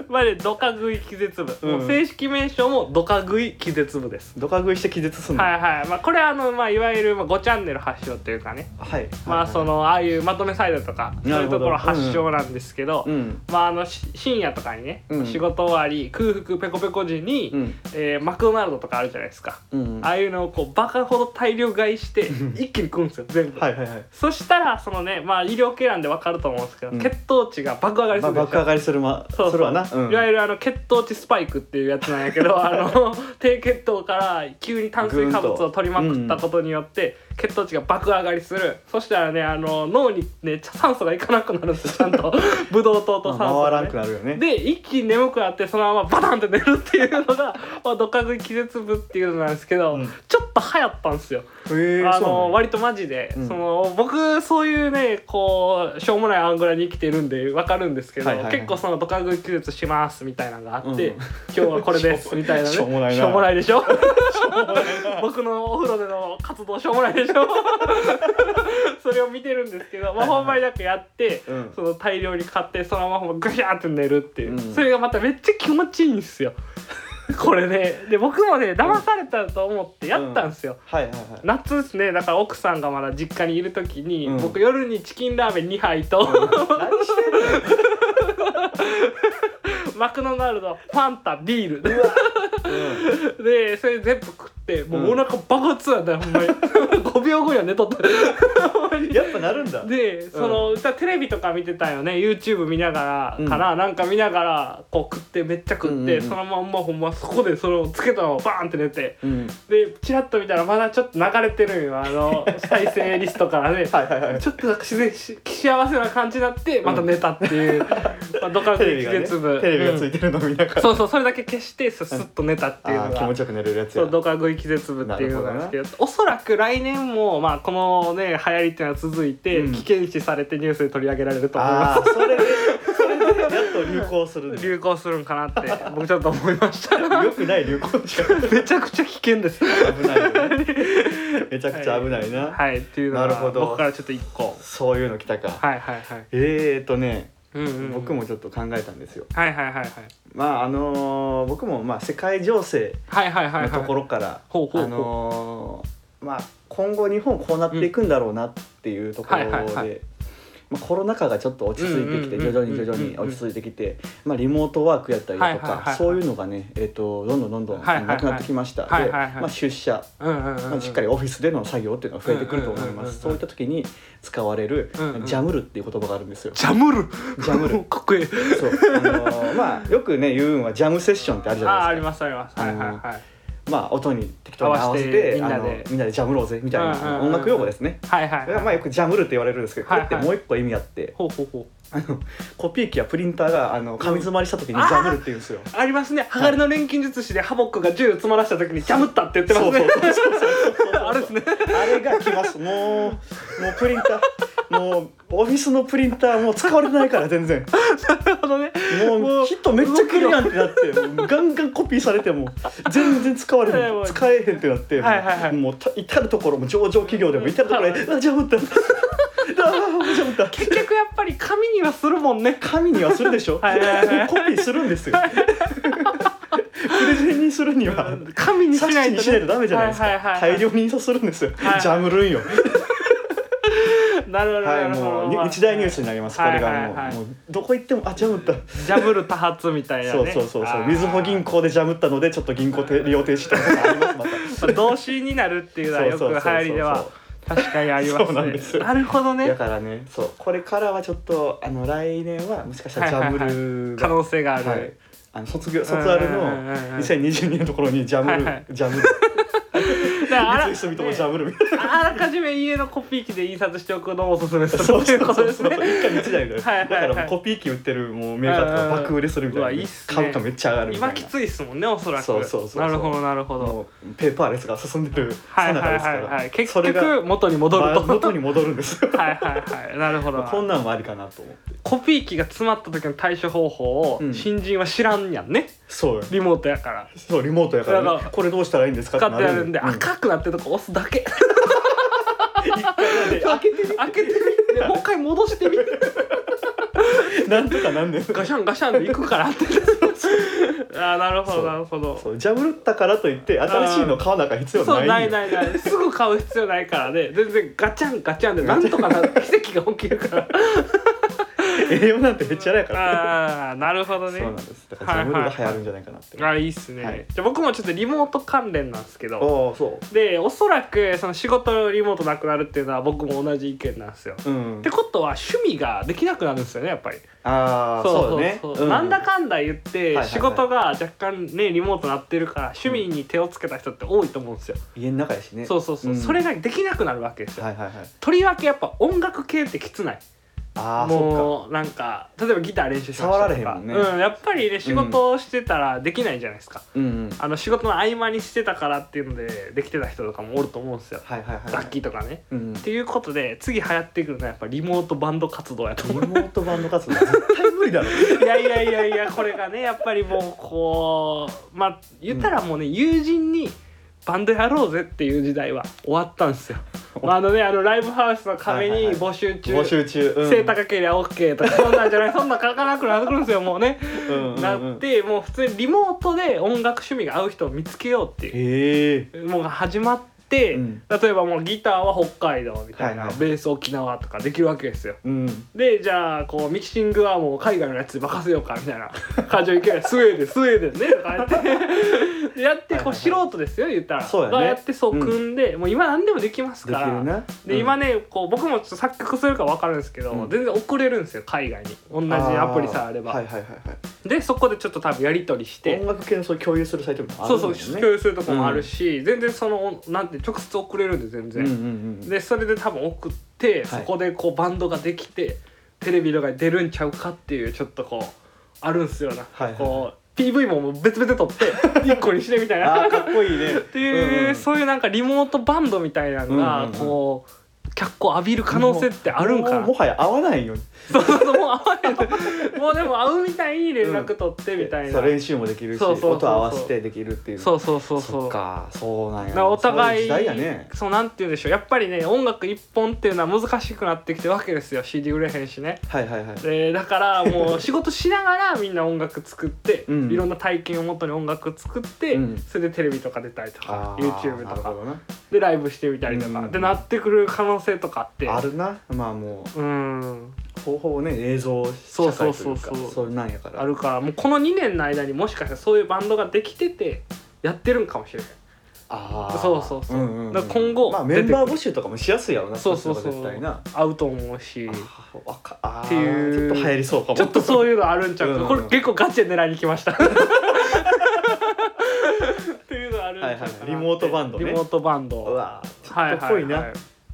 Speaker 2: まあねドカ食い気絶部、
Speaker 1: うん
Speaker 2: もう正式名称もドカ食い気絶部です
Speaker 1: ドカ食いして気絶すんの
Speaker 2: はいいはい、まあ、これはあの、まあ、いわゆるまあ5チャンネル発祥というかね、
Speaker 1: はい
Speaker 2: まあそのああいうまとめサイトとかそう
Speaker 1: なる
Speaker 2: いう
Speaker 1: ほど
Speaker 2: ところ発祥なんですけど、
Speaker 1: うん
Speaker 2: まああのし深夜とかにね、
Speaker 1: うん
Speaker 2: 仕事終わり空腹ペコペコ時に、
Speaker 1: うん
Speaker 2: えーマクドナルドとかあるじゃないですか、
Speaker 1: うん
Speaker 2: あ
Speaker 1: は
Speaker 2: あいうのをこうバカほど大量買いして一気に食うんですよ全部、
Speaker 1: いはいはい
Speaker 2: そしたらそのねまあ医療系なんで分かると思うんですけど、
Speaker 1: うん
Speaker 2: 血糖値が爆上がりす
Speaker 1: まあ
Speaker 2: るでしょ、
Speaker 1: 爆上がりするま
Speaker 2: そう
Speaker 1: す
Speaker 2: そう
Speaker 1: るわな、
Speaker 2: いわゆ
Speaker 1: る
Speaker 2: るあの血糖値スパイクっていうやつなんや けどあの低血糖から急に炭水化物を取りまくったことによって、血糖値が爆上がりするそしたらねあの脳にね酸素がいかなくなる んですよちゃんとブドウ糖と
Speaker 1: 回
Speaker 2: 酸素が
Speaker 1: ら
Speaker 2: ね、
Speaker 1: んくなるよね
Speaker 2: で一気に眠くなってそのままバタンって寝るっていうのが「まあ、ドカ食い気絶部」っていうのなんですけど、
Speaker 1: うん
Speaker 2: ちょっと流行ったんですよ。
Speaker 1: へえ
Speaker 2: あ
Speaker 1: そ
Speaker 2: の
Speaker 1: うなんや
Speaker 2: 割とマジで、
Speaker 1: うん
Speaker 2: その僕そういうねこうしょうもないアングラに生きてるんでわかるんですけど、
Speaker 1: はいはいはい
Speaker 2: 結構その「ドカ食い技術します」みたいなのがあって、
Speaker 1: うん
Speaker 2: 今日はこれです」みたいなね
Speaker 1: しょうもないな
Speaker 2: しょうもないでしょ僕のお風呂での活動しょうもないでしょ それを見てるんですけ
Speaker 1: は
Speaker 2: ど、まあ、
Speaker 1: いはいはい
Speaker 2: ほんまになんかやって、
Speaker 1: うん
Speaker 2: その大量に買ってそのままほんまグシャーって寝るっていう、
Speaker 1: うん
Speaker 2: それがまためっちゃ気持ちいいんですよこれねで僕もね騙されたと思ってやったんですよ、
Speaker 1: はいはいはい
Speaker 2: 夏ですねだから奥さんがまだ実家にいる時に、
Speaker 1: うん
Speaker 2: 僕夜にチキンラーメン2杯と、
Speaker 1: 何してんのよ
Speaker 2: マクドナルドファンタビール
Speaker 1: うん
Speaker 2: でそれ全部食ってもうお
Speaker 1: うん
Speaker 2: 腹爆発なんだよ、ほ んまに5秒後には寝とった
Speaker 1: やっぱなるんだ
Speaker 2: でその、だテレビとか見てたよね YouTube 見ながらかな、なんか見ながらこう食ってめっちゃ食って、
Speaker 1: うんうんうん
Speaker 2: そのまんまほんまそこでそれをつけたのをバーンって寝て
Speaker 1: うん
Speaker 2: でチラッと見たらまだちょっと流れてるんよあの再生リストからね
Speaker 1: はいはいはい
Speaker 2: ちょっとなんか自然し幸せな感じになってまた寝たっていう、まあドカ食
Speaker 1: テ
Speaker 2: い
Speaker 1: レビ
Speaker 2: 気
Speaker 1: がね
Speaker 2: 絶部
Speaker 1: テレビがつい
Speaker 2: て、
Speaker 1: てるの見なが
Speaker 2: うん
Speaker 1: ら
Speaker 2: そうそうそれだけ消してススッと寝たっていう
Speaker 1: あ
Speaker 2: の
Speaker 1: ー気
Speaker 2: が
Speaker 1: 持ちよく寝れるやつ
Speaker 2: そ
Speaker 1: や
Speaker 2: うドカ食い気絶部っていうのなんですけどおそらく来年も、まあ、このね流行りっていうのは続いて、
Speaker 1: うん
Speaker 2: 危険視されてニュースで取り上げられると思いま
Speaker 1: ああーそれでそれでやっと流行するん
Speaker 2: す
Speaker 1: だ
Speaker 2: 流行するんかなって僕ちょっと思いま した
Speaker 1: よくない流行じゃん
Speaker 2: めちゃくちゃ危険です
Speaker 1: 危ないよねめちゃくちゃ危ないな、
Speaker 2: はいっていうの
Speaker 1: なる
Speaker 2: が
Speaker 1: ほど
Speaker 2: 僕からちょっと一個
Speaker 1: そういうの来たか、
Speaker 2: はいはいはい、
Speaker 1: えーとね、
Speaker 2: うんうんうん
Speaker 1: 僕もちょっと考えたんですよ
Speaker 2: はいはいはいはい
Speaker 1: まああのー僕もまあ世界情勢
Speaker 2: はいはいはい
Speaker 1: の
Speaker 2: はい
Speaker 1: ところからあ
Speaker 2: ほうほうほう
Speaker 1: のーまあ今後日本こうなっていくんだろうなっていうところで、
Speaker 2: うんはいはいは
Speaker 1: まあ、コロナ禍がちょっと落ち着いてきて
Speaker 2: うん
Speaker 1: 徐
Speaker 2: うんうん
Speaker 1: 々に徐々に落ち着いてきて、まあ、リモートワークやったりだと
Speaker 2: はいはいはいは
Speaker 1: か
Speaker 2: い
Speaker 1: そういうのがね、えー、とどんどんどんどん
Speaker 2: はいはいはい
Speaker 1: なくなってきましたで、
Speaker 2: はいはいはい
Speaker 1: まあ、出社
Speaker 2: うんうんうん
Speaker 1: ま
Speaker 2: う
Speaker 1: あ
Speaker 2: ん
Speaker 1: しっかりオフィスでの作業っていうのが増えてくると思い
Speaker 2: うんうんうん
Speaker 1: ま
Speaker 2: うんうん
Speaker 1: すそういった時に使われる
Speaker 2: うんうん
Speaker 1: ジャムルっていう言葉があるんですよ
Speaker 2: ジャムル
Speaker 1: ジャムル
Speaker 2: かっこいい
Speaker 1: そうあのーまあよくね言うんはジャムセッションってあるじゃ
Speaker 2: ああ
Speaker 1: な
Speaker 2: あ
Speaker 1: い
Speaker 2: り
Speaker 1: です
Speaker 2: ますありますはいはいはい
Speaker 1: かまあ音に適当に合わせて
Speaker 2: 合わせてみんなで
Speaker 1: あのみんなでジャムろうぜみたい
Speaker 2: うんうんうん
Speaker 1: な
Speaker 2: うん
Speaker 1: 音楽用語ですね
Speaker 2: はいはい
Speaker 1: これ
Speaker 2: は
Speaker 1: はいまあよくジャムルって言われるんですけどこ
Speaker 2: はい
Speaker 1: れ
Speaker 2: は
Speaker 1: っ
Speaker 2: い
Speaker 1: てもう一個意味あって
Speaker 2: ほうほうほう
Speaker 1: あのコピー機やプリンターがあの紙詰まりした時にジャムルって言うんですよ
Speaker 2: ありますね鋼の錬金術師でハボックが銃詰まらした時にジャムったって言ってま
Speaker 1: そう
Speaker 2: す
Speaker 1: そう
Speaker 2: ね
Speaker 1: そうそうそう
Speaker 2: あれですね
Speaker 1: あれが来ますもうもうプリンターもうオフィスのプリンターもう使われてないから全然
Speaker 2: なるほどね
Speaker 1: も
Speaker 2: も
Speaker 1: う
Speaker 2: う
Speaker 1: ヒットめっちゃ来るやんってなってもうガンガンコピーされても全然使われ
Speaker 2: はい
Speaker 1: へ
Speaker 2: も
Speaker 1: ん
Speaker 2: う
Speaker 1: 使えへんってなって
Speaker 2: はいはいはい
Speaker 1: もうた至る所も上場企業でも至る所
Speaker 2: は
Speaker 1: で
Speaker 2: い
Speaker 1: 「あジャムった」 「ああジャムった」
Speaker 2: 結局やっぱり紙にはするもんね
Speaker 1: 紙にはするでしょコピ
Speaker 2: はいはいはい
Speaker 1: ーするんですよプレゼンにするには
Speaker 2: 紙にし
Speaker 1: 冊
Speaker 2: な
Speaker 1: 子
Speaker 2: い
Speaker 1: に
Speaker 2: と
Speaker 1: しない
Speaker 2: ね
Speaker 1: とダメじゃないです
Speaker 2: はいはい
Speaker 1: か
Speaker 2: はいはい
Speaker 1: 大量に印刷するんですよジ
Speaker 2: はい
Speaker 1: ャムるんよ
Speaker 2: なるほど
Speaker 1: は
Speaker 2: ないるほど
Speaker 1: もうに一大ニュースになりますこ
Speaker 2: はい
Speaker 1: れがもう
Speaker 2: はいはい
Speaker 1: もうどこ行っても「あジャムった」
Speaker 2: ジャムル多発みたいな
Speaker 1: そう
Speaker 2: ね
Speaker 1: そうそうそ
Speaker 2: あ
Speaker 1: う
Speaker 2: ー
Speaker 1: みずほ銀行でジャムったのでちょっと銀行て利用停止とかありますまた
Speaker 2: まあ動詞になるっていうのはよく流行りでは確かにありますね
Speaker 1: そうなんですよ
Speaker 2: なるほど
Speaker 1: だ
Speaker 2: ね
Speaker 1: からねそうこれからはちょっとあの来年はもしかしたらジャムル
Speaker 2: 可
Speaker 1: が
Speaker 2: 能性がある、
Speaker 1: はいあの卒業卒アル
Speaker 2: うんうんうんう
Speaker 1: の
Speaker 2: ん
Speaker 1: 2022年のところにジャム
Speaker 2: はいはい
Speaker 1: ルジャムル
Speaker 2: だからあら
Speaker 1: 三井住友ジャムルみたい
Speaker 2: あらかじめ家のコピー機で印刷しておくのをおすすめす
Speaker 1: な
Speaker 2: る
Speaker 1: そう
Speaker 2: と
Speaker 1: そ
Speaker 2: い
Speaker 1: う
Speaker 2: うこ
Speaker 1: そ
Speaker 2: と
Speaker 1: う
Speaker 2: です
Speaker 1: そう
Speaker 2: ね
Speaker 1: 一家に一台だよねだ
Speaker 2: はいはいはい
Speaker 1: からもうコピー機売ってるもうメーカーとか爆売れするみたいな
Speaker 2: う
Speaker 1: ね
Speaker 2: わいいっすね
Speaker 1: 株価めっちゃ上がるみたい
Speaker 2: 今
Speaker 1: な
Speaker 2: きついっすもんねおそらく
Speaker 1: そうそうそうそう
Speaker 2: なるほどなるほど
Speaker 1: もうペーパーレスが進んでる
Speaker 2: は
Speaker 1: 最
Speaker 2: い
Speaker 1: 中
Speaker 2: は
Speaker 1: で
Speaker 2: い
Speaker 1: すか
Speaker 2: はいは
Speaker 1: ら
Speaker 2: い結
Speaker 1: それが
Speaker 2: 局元に戻ると、
Speaker 1: ま元に戻るんですよ
Speaker 2: はいはいはいなるほどな
Speaker 1: こんなんもありかなと思って
Speaker 2: コピー機が詰まった時の対処方法を
Speaker 1: うん
Speaker 2: 新人は知らんやんね、
Speaker 1: そうよ
Speaker 2: リモートやから
Speaker 1: そうリモートやから,、
Speaker 2: だから
Speaker 1: これどうしたらいいんですか
Speaker 2: 使ってやるんで、
Speaker 1: う
Speaker 2: 赤くなってるとこ押すだけ
Speaker 1: 一回で
Speaker 2: 開けてみ開けてみでもう一回戻してみ
Speaker 1: なんとかなんねん
Speaker 2: ガシャンガシャンでいくからって あーなるほ
Speaker 1: そう
Speaker 2: どなるほど
Speaker 1: そうジャムルったからといって新しいの買わなきゃ必要
Speaker 2: そう
Speaker 1: な
Speaker 2: ないい
Speaker 1: んよ
Speaker 2: ないない すぐ買う必要ないからね全然ガチャンガチャンでなんとかなる 奇跡が起きるから
Speaker 1: 栄養なんてめっちゃらやから
Speaker 2: ああなるほどね
Speaker 1: そうなんですだからジャムルが流行るんじゃないかなって、
Speaker 2: あーいいっすね、
Speaker 1: はい
Speaker 2: じゃあ僕もちょっとリモート関連なんですけど
Speaker 1: おおそ
Speaker 2: でおそらくその仕事リモートなくなるっていうのは僕も同じ意見なんですよ
Speaker 1: ううん
Speaker 2: ってことは趣味ができなくなるんですよねやっぱり
Speaker 1: ああそうだねう
Speaker 2: なんだかんだ言っ
Speaker 1: いは
Speaker 2: て
Speaker 1: いはい
Speaker 2: 仕事が若干ねリモートなってるから趣味に手をつけた人って多いと思うんですよ、
Speaker 1: 家の中やしね
Speaker 2: そうそうそう、
Speaker 1: ん
Speaker 2: それができなくなるわけですよ、
Speaker 1: はいはいはい
Speaker 2: とりわけやっぱ音楽系ってきつない
Speaker 1: ああそ
Speaker 2: もうなんか例えばギター練習しました
Speaker 1: 触
Speaker 2: とか
Speaker 1: られへんもんね
Speaker 2: うん、やっぱりね仕事をしてたらできないじゃないですか、
Speaker 1: っかうんうん
Speaker 2: あの仕事の合間にしてたからっていうのでできてた人とかもおると思うんですよ
Speaker 1: はいはいはい
Speaker 2: 楽器とかね
Speaker 1: うん
Speaker 2: っていうことで次流行ってくるのはやっぱリモートバンド活動やと
Speaker 1: リ
Speaker 2: 思
Speaker 1: モ
Speaker 2: う
Speaker 1: ートバンド活動絶対無理だろ
Speaker 2: いやいやいやいやこれがねやっぱりもうこうまあ言ったらもうね、友人にバンドやろうぜっていう時代は終わったんで すよ。まあ、あのねあのライブハウスの壁
Speaker 1: はいはいは
Speaker 2: に
Speaker 1: い
Speaker 2: 募集 中、
Speaker 1: 募集中うん
Speaker 2: 背高けりゃ OK とかそんなんじゃないそんなん書かなくなってくるんですよもうね。
Speaker 1: うんうんうん
Speaker 2: なってもう普通にリモートで音楽趣味が合う人を見つけようっていう
Speaker 1: へえ
Speaker 2: もうが始まっ
Speaker 1: う
Speaker 2: て、
Speaker 1: ん
Speaker 2: 例えばもうギターは北海道みたいな、
Speaker 1: はいはい
Speaker 2: ベース沖縄とかできるわけですよ。
Speaker 1: うん
Speaker 2: でじゃあこうミキシングはもう海外のやつで任せようかみたいな感情いけないスウェーデンスウェーデンねとかやってやってこう
Speaker 1: はいはい
Speaker 2: 素
Speaker 1: は
Speaker 2: 人ですよ言ったら
Speaker 1: そうやね
Speaker 2: がやってそう組んで、もう今何でもできます
Speaker 1: で
Speaker 2: か
Speaker 1: きる
Speaker 2: ら。
Speaker 1: な
Speaker 2: で今ねこう僕もちょっと作曲するから分かるんですけど、
Speaker 1: うん
Speaker 2: 全然遅れるんですよ海外に同
Speaker 1: う
Speaker 2: じ
Speaker 1: ん
Speaker 2: アプリさえあれば
Speaker 1: ーはいはいはいはい
Speaker 2: でそこでちょっと多分やり取りして
Speaker 1: 音楽系のそういう共有するサイトもあ
Speaker 2: そ
Speaker 1: る
Speaker 2: うん
Speaker 1: だ
Speaker 2: そ
Speaker 1: よ
Speaker 2: う
Speaker 1: ね
Speaker 2: 共有するとこもあるし、全然そのなんて直接送れるんで全然、
Speaker 1: うんうんうん
Speaker 2: でそれで多分送って、そこでこうバンドができてテレビとかに出るんちゃうかっていうちょっとこうあるんすよな、
Speaker 1: はいはい
Speaker 2: こう PV ももう別々 撮って1個にしてみたい
Speaker 1: あ
Speaker 2: な
Speaker 1: ー
Speaker 2: っ
Speaker 1: かっこいいねって
Speaker 2: いう、そういうなんかリモートバンドみたいなのが、
Speaker 1: うんうんうん
Speaker 2: こう脚光浴びる可能性ってあるんかな
Speaker 1: もうもはや合わないよ
Speaker 2: そうそうそうもう会わへんもうでも会うみたいに連絡取ってみたいな、
Speaker 1: そう練習もできるし
Speaker 2: そうそうそうそう
Speaker 1: 音合わせてできるっていう
Speaker 2: そうそうそう
Speaker 1: そ
Speaker 2: そ
Speaker 1: っ
Speaker 2: う
Speaker 1: かそうなん
Speaker 2: だ
Speaker 1: や
Speaker 2: からお互い
Speaker 1: そうう時代やね
Speaker 2: そうなんて言うんでしょうやっぱりね音楽一本っていうのは難しくなってきてるわけですよ CD 売れへんしね
Speaker 1: はいはいはい
Speaker 2: でだからもう仕事しながらみんな音楽作っ て、
Speaker 1: うん
Speaker 2: いろんな体験をもとに音楽作って、
Speaker 1: うん
Speaker 2: それでテレビとか出たりとか
Speaker 1: あー
Speaker 2: YouTube と
Speaker 1: なる
Speaker 2: か
Speaker 1: ほどな
Speaker 2: でライブしてみたりとか、
Speaker 1: うん
Speaker 2: でなってくる可能性とかって
Speaker 1: あるなまあも
Speaker 2: うん
Speaker 1: うほぼほぼね映像
Speaker 2: そ
Speaker 1: 社
Speaker 2: うそ
Speaker 1: 会という
Speaker 2: うそ
Speaker 1: う
Speaker 2: そう
Speaker 1: かそうなんやから
Speaker 2: あるからもうこの2年の間にもしかしたらそういうバンドができててやってるんかもしれない
Speaker 1: あー
Speaker 2: そうそうそうん
Speaker 1: んん
Speaker 2: だから今後
Speaker 1: まあメンバー募集とかもしやすいやろな
Speaker 2: そうそうそ
Speaker 1: っちの方が絶対な
Speaker 2: う合うと思うし
Speaker 1: あわかあー
Speaker 2: っていう
Speaker 1: ちょっと流行りそうかも
Speaker 2: ちょっとそういうのあるんちゃうか、
Speaker 1: うん
Speaker 2: これ結構ガチで狙いに 来ましたっていうのあるんちゃうかなって
Speaker 1: はいはいリモートバンドね
Speaker 2: リモートバンド
Speaker 1: うわちょ
Speaker 2: はい
Speaker 1: っとっぽいな、
Speaker 2: はいはい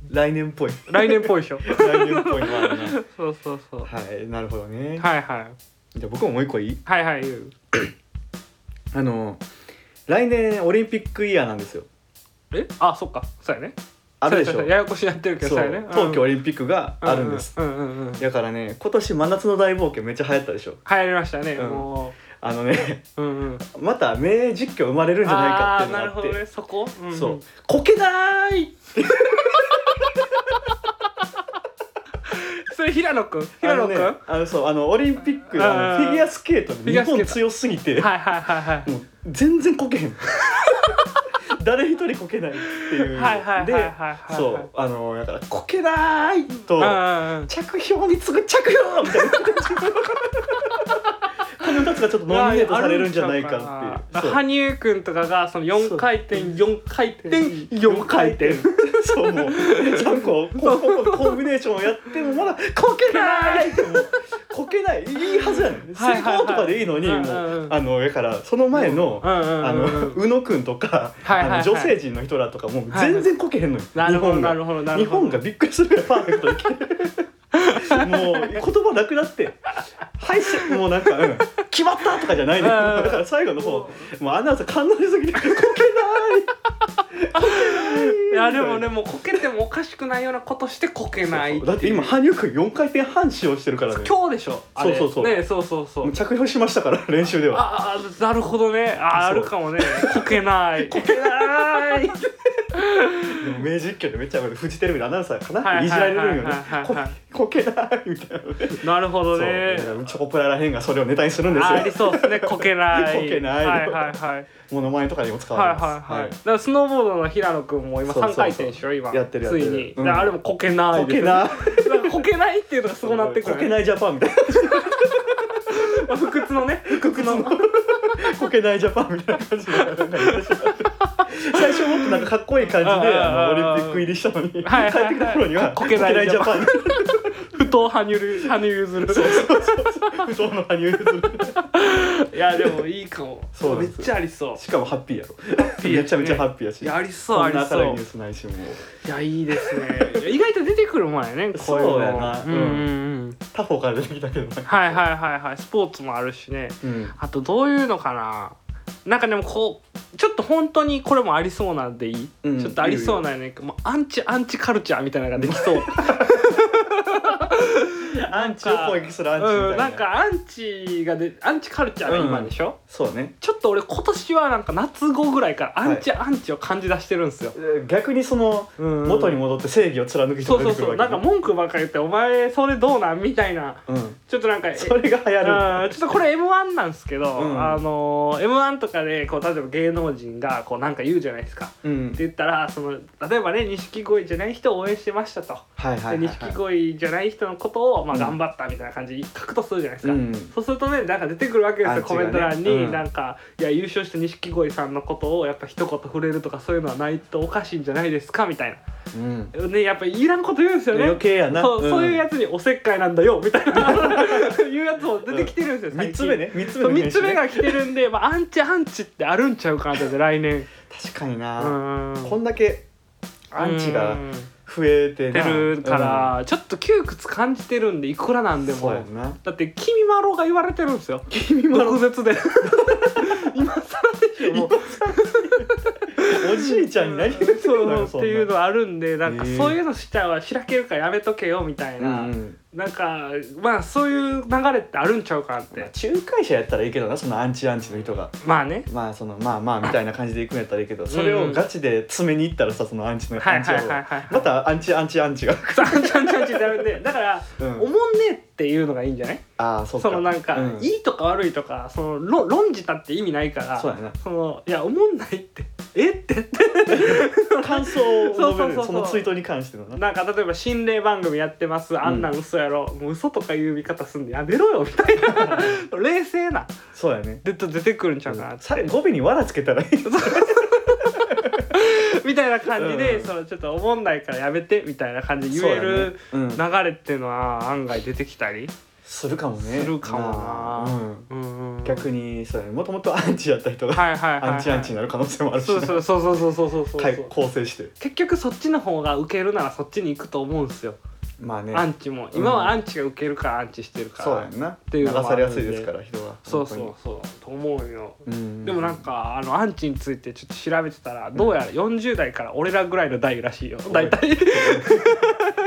Speaker 1: 来年っぽい
Speaker 2: 来年っぽいでしょ
Speaker 1: 来年っぽいのあるな
Speaker 2: そうそうそう
Speaker 1: はいなるほどね、
Speaker 2: はいはい
Speaker 1: じゃあ僕ももう一個いい
Speaker 2: はいはい言う
Speaker 1: あの来年オリンピックイヤーなんですよ
Speaker 2: えあそっかそうやね
Speaker 1: あるでしょ
Speaker 2: そうやそうやややこしになってるけ
Speaker 1: そ
Speaker 2: ど
Speaker 1: う
Speaker 2: やね
Speaker 1: 東京オ
Speaker 2: に
Speaker 1: リンピックがあるんです、
Speaker 2: うんうんうんうん流
Speaker 1: だからね今年真夏の大冒険めっちゃ流行ったでしょ
Speaker 2: 行りましたね
Speaker 1: うん
Speaker 2: も
Speaker 1: あのね
Speaker 2: ううんうん
Speaker 1: また名実況生まれるんじゃないかっていうの
Speaker 2: あーな
Speaker 1: が
Speaker 2: る
Speaker 1: あ
Speaker 2: ほ
Speaker 1: って
Speaker 2: どねそこ、うんうん
Speaker 1: そう「こけなーい!
Speaker 2: それ平野くん」
Speaker 1: あ
Speaker 2: 平野
Speaker 1: の
Speaker 2: く
Speaker 1: ね
Speaker 2: ん、
Speaker 1: あのそうあのオリンピックのあ
Speaker 2: あー
Speaker 1: のフィギュアスケート
Speaker 2: ィギ
Speaker 1: 日
Speaker 2: ュアスケー
Speaker 1: 本
Speaker 2: ト
Speaker 1: 強すぎて
Speaker 2: はいはいはいはい
Speaker 1: もう全然こけへん 誰一人こけないっていう
Speaker 2: はいはいはいはい
Speaker 1: で
Speaker 2: はいはい
Speaker 1: そうあのだから「こけなーい!」と
Speaker 2: うんうん
Speaker 1: 着氷に次ぐ着氷みたいなこの2つがちょっとノミネートされるんじゃないかっていうそう
Speaker 2: 羽生くんとかがその4回転4回転
Speaker 1: 4
Speaker 2: 4
Speaker 1: 回転
Speaker 2: 回転
Speaker 1: そうもうちゃんこうこうこうコンビネーションをやってもまだこけないってもうこけないいいはずやねん
Speaker 2: はい
Speaker 1: 成
Speaker 2: はいはい
Speaker 1: 功とかでいいのにも
Speaker 2: うん
Speaker 1: う
Speaker 2: うんうん
Speaker 1: あのだからその前の
Speaker 2: うんうんうんうん
Speaker 1: あの宇野くんとか
Speaker 2: はいはいはい
Speaker 1: あの女性陣の人らとかもう全然こけへんのよ
Speaker 2: な
Speaker 1: 日
Speaker 2: るほど
Speaker 1: 本
Speaker 2: な
Speaker 1: が
Speaker 2: るほどなる
Speaker 1: 日
Speaker 2: ほど
Speaker 1: 本がびっくりするぐらいパーフェクトで来てもう言葉なくなって「はいしもうなんか、うん決まった!」とかじゃないね
Speaker 2: うん
Speaker 1: だから最後の方もうアナウンサー感動しすぎて「こけない!」
Speaker 2: いやでもねもうこけてもおかしくないようなことしてこけない
Speaker 1: だって今羽生くん4回転半使用してるからね
Speaker 2: 今日でしょあれ
Speaker 1: そうそうそう
Speaker 2: ねそうそうそ
Speaker 1: もう
Speaker 2: う
Speaker 1: 着氷しましたから練習では
Speaker 2: ああなるほどねあーあ
Speaker 1: そう
Speaker 2: るかもねこ けないこけない
Speaker 1: でも名実況でめっちゃフジテレビのアナウンサーかな、
Speaker 2: はい
Speaker 1: い
Speaker 2: はい
Speaker 1: じられるんよね
Speaker 2: はいはいはいはい
Speaker 1: ここけないみたいなね
Speaker 2: なるほ
Speaker 1: そ
Speaker 2: ど
Speaker 1: う
Speaker 2: ね
Speaker 1: だからチョコプラらへんがそれをネタにするんです
Speaker 2: あーあり
Speaker 1: よ
Speaker 2: そうですねこけな
Speaker 1: こ
Speaker 2: い
Speaker 1: けない
Speaker 2: はいはいはい
Speaker 1: モノマネとかにも使わ
Speaker 2: は
Speaker 1: れ
Speaker 2: い
Speaker 1: ます
Speaker 2: はいはい、だからスノーボードの平野くんも今
Speaker 1: そうそうそう
Speaker 2: 3回転でしょ今
Speaker 1: やってるやってる
Speaker 2: ついに、
Speaker 1: うん
Speaker 2: だからあれもこけない
Speaker 1: こけない
Speaker 2: いだからこけないっていうのがそうなってくる、
Speaker 1: こけないジャパンみたい な
Speaker 2: まあ不屈のね不屈の
Speaker 1: こけないジャパンみたいな感じでなんか言ってしまって最初もっとなんかかっこいい感じ
Speaker 2: うんうんうん
Speaker 1: で
Speaker 2: うん
Speaker 1: あのオリンピック入りしたのに帰ってき
Speaker 2: はいはい
Speaker 1: た頃には
Speaker 2: こけないジャパ
Speaker 1: ン
Speaker 2: 不当羽生る羽生結弦
Speaker 1: 不当の羽生結弦
Speaker 2: いやでもいいかも
Speaker 1: そう
Speaker 2: め
Speaker 1: で
Speaker 2: っ
Speaker 1: す
Speaker 2: ちゃありそう
Speaker 1: しかもハッピーやろ
Speaker 2: ピー
Speaker 1: め
Speaker 2: やね
Speaker 1: ちゃめちゃハッピーやし
Speaker 2: いやありそう
Speaker 1: こんな
Speaker 2: ありそう
Speaker 1: 明るいニュースないしもう
Speaker 2: いやいいですねいや意外と出てくるもんやねこういうの
Speaker 1: そうやな
Speaker 2: うんうんうん
Speaker 1: 他方から出てきたけどなんか
Speaker 2: はいはいはいはいスポーツもあるしね
Speaker 1: うん
Speaker 2: あとどういうのかななんかでもこうちょっと本当にこれもありそうなんでいい、
Speaker 1: うん
Speaker 2: ちょっとありそうなんやねもうアンチアンチカルチャーみたいなのができ そう
Speaker 1: アンチを攻撃するアンチみたいな,、
Speaker 2: うん、なんかアンチがでアンチカルチャーが今でしょ、
Speaker 1: そうね
Speaker 2: ちょっと俺今年はなんか夏後ぐらいからアンチ、アンチを感じ出してるんですよ、
Speaker 1: 逆にその
Speaker 2: うん
Speaker 1: 元に戻って正義を貫く人
Speaker 2: そう
Speaker 1: が出
Speaker 2: そう
Speaker 1: てく
Speaker 2: そ
Speaker 1: る
Speaker 2: うな
Speaker 1: わ
Speaker 2: ん
Speaker 1: け
Speaker 2: か文句ばっかり言って「お前それどうなん?」みたいな
Speaker 1: うん
Speaker 2: ちょっとなんか
Speaker 1: それが流行
Speaker 2: うんちょっとこれ m 1なんですけど、
Speaker 1: うん
Speaker 2: あの m 1とかでこう例えば芸能人がこうなんか言うじゃないですか。
Speaker 1: るうん
Speaker 2: って言ったらその例えばね錦鯉じゃない人を応援してましたと
Speaker 1: はいはいはい、
Speaker 2: で
Speaker 1: はい、
Speaker 2: 錦鯉じゃない人のことを、まあ、
Speaker 1: うん
Speaker 2: 頑張ったみたいな感じで書くとするじゃないですか、
Speaker 1: うん
Speaker 2: そうするとねなんか出てくるわけです
Speaker 1: アン
Speaker 2: よ
Speaker 1: チ
Speaker 2: コ
Speaker 1: がね
Speaker 2: メント欄に、
Speaker 1: うん
Speaker 2: なんか「いや優勝した錦鯉さんのことをやっぱ一言触れるとかそういうのはないとおかしいんじゃないですか」みたい
Speaker 1: うん
Speaker 2: な、ね、やっぱいらんこと言うんですよね
Speaker 1: 余計やな
Speaker 2: そう,、
Speaker 1: ん
Speaker 2: そういうやつに「おせっかいなんだよ」みたいな いうやつも出てきてるんですよ、
Speaker 1: 三
Speaker 2: 最
Speaker 1: つ
Speaker 2: 近
Speaker 1: 目ね三つ目
Speaker 2: そ
Speaker 1: の
Speaker 2: う
Speaker 1: 名刺ね
Speaker 2: 3つ目が来てるんで、まあ、アンチアンチってあるんちゃうかなって来年
Speaker 1: 確かに
Speaker 2: う
Speaker 1: な、
Speaker 2: ん
Speaker 1: こんだけアンチが
Speaker 2: うん
Speaker 1: 増えて
Speaker 2: て
Speaker 1: な
Speaker 2: るから、ちょっと窮屈感じてるんでいくらなん
Speaker 1: うん
Speaker 2: でも
Speaker 1: そうやんな
Speaker 2: だって「君まろ」が言われてるんですよ 毒舌で今更でしょもう
Speaker 1: おじいちゃんに何言ってるのよ
Speaker 2: そ
Speaker 1: そう
Speaker 2: っ
Speaker 1: ん
Speaker 2: て
Speaker 1: な
Speaker 2: いうのあるんでなんか
Speaker 1: えー
Speaker 2: そういうのしちゃうわ開けるからやめとけよみたいな、
Speaker 1: うん
Speaker 2: なんかまあそういう流れってあるんちゃうかなっ
Speaker 1: まあ
Speaker 2: て
Speaker 1: 仲介者やったらいいけどなそのアンチアンチの人が
Speaker 2: まあね
Speaker 1: まあそのまあまあみたいな感じで行くんやったらいいけどそれをガチで詰めに行ったらさそのアンチの
Speaker 2: は
Speaker 1: ア
Speaker 2: い
Speaker 1: ンチ
Speaker 2: はい
Speaker 1: を
Speaker 2: はいはい
Speaker 1: またアンチアンチアンチが、
Speaker 2: ちゃんちゃんちゃんちゃんってやるんでだから、
Speaker 1: うん
Speaker 2: おもんねっていうのがいいんじゃない
Speaker 1: ああそ
Speaker 2: そう
Speaker 1: か
Speaker 2: のなんか、
Speaker 1: うん
Speaker 2: いいとか悪いとかその論論じたって意味ないから
Speaker 1: そうやな
Speaker 2: そのいやおもんないってえって
Speaker 1: 感想を述べる
Speaker 2: そうそうそうそ
Speaker 1: そうのツイートに関してのな
Speaker 2: なんか例えば心霊番組やってますあんなん嘘やろ、もう嘘とかいう見方すんでやめろよみたいな冷静な
Speaker 1: そうやね
Speaker 2: で出てくるんちゃうかな、
Speaker 1: さ語尾にわらつけたらいい
Speaker 2: みたいな感じで、
Speaker 1: うん
Speaker 2: そのちょっとおもんないからやめてみたいな感じで言える
Speaker 1: そうやねうん
Speaker 2: 流れっていうのは案外出てきたり
Speaker 1: するかもね
Speaker 2: するかもな、
Speaker 1: うん
Speaker 2: うんうん
Speaker 1: 逆にそうやねもともとアンチやった人が
Speaker 2: はいはいはい、はい、
Speaker 1: アンチアンチになる可能性もあるし
Speaker 2: そうそうそうそうそうそうそうそう、
Speaker 1: かい構成して
Speaker 2: 結局そっちの方がウケるならそっちに行くと思うんですよ、
Speaker 1: まあね
Speaker 2: アンチも
Speaker 1: うん
Speaker 2: 今はアンチがウケるからアンチしてるから
Speaker 1: そうやんな
Speaker 2: ていう
Speaker 1: 流
Speaker 2: のもあ
Speaker 1: され
Speaker 2: るん
Speaker 1: や
Speaker 2: です
Speaker 1: いですから人は
Speaker 2: そうそうそうと思うよ、
Speaker 1: 本当にうん
Speaker 2: でもなんかあのアンチについてちょっと調べてたらどうやら40代から俺らぐらいの代らしいよ
Speaker 1: おい
Speaker 2: 大体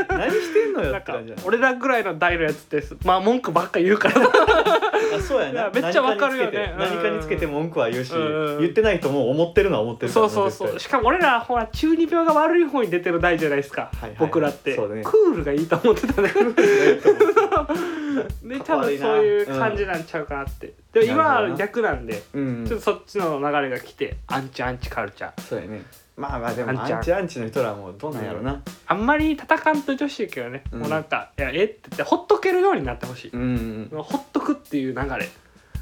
Speaker 1: 何してんのよ
Speaker 2: なん
Speaker 1: って
Speaker 2: か
Speaker 1: 感じや
Speaker 2: 俺らぐらいの代のやつってまあ文句ばっか言 うから
Speaker 1: あそうや
Speaker 2: いや
Speaker 1: な
Speaker 2: めっちゃわかるよね
Speaker 1: 何かにつけて何かにつけて文句は言うし
Speaker 2: うん
Speaker 1: 言ってないともう思ってるのは思ってるか
Speaker 2: そ
Speaker 1: ら
Speaker 2: うそうそう
Speaker 1: 絶
Speaker 2: しかも俺らほら中二病が悪い方に出てる代じゃないですか、
Speaker 1: はいはい
Speaker 2: 僕らって、
Speaker 1: そうね
Speaker 2: クールがいいと思って たねで多分そういう感じなんちゃうかなって、でも今
Speaker 1: なるほど
Speaker 2: は
Speaker 1: な
Speaker 2: 逆なんで、
Speaker 1: 対うん
Speaker 2: ちょっとそっちの流れが来てアンチアンチカルチャー
Speaker 1: そうやねまあまあでも
Speaker 2: アンチャン
Speaker 1: アンチアンチの人らはもうどうなんやろな
Speaker 2: あんまり叩かんと女子やけどね、
Speaker 1: うん
Speaker 2: もうなんか「いやえっ?」て言ってほっとけるようになってほしい、
Speaker 1: うんうん
Speaker 2: ほっとくっていう流れ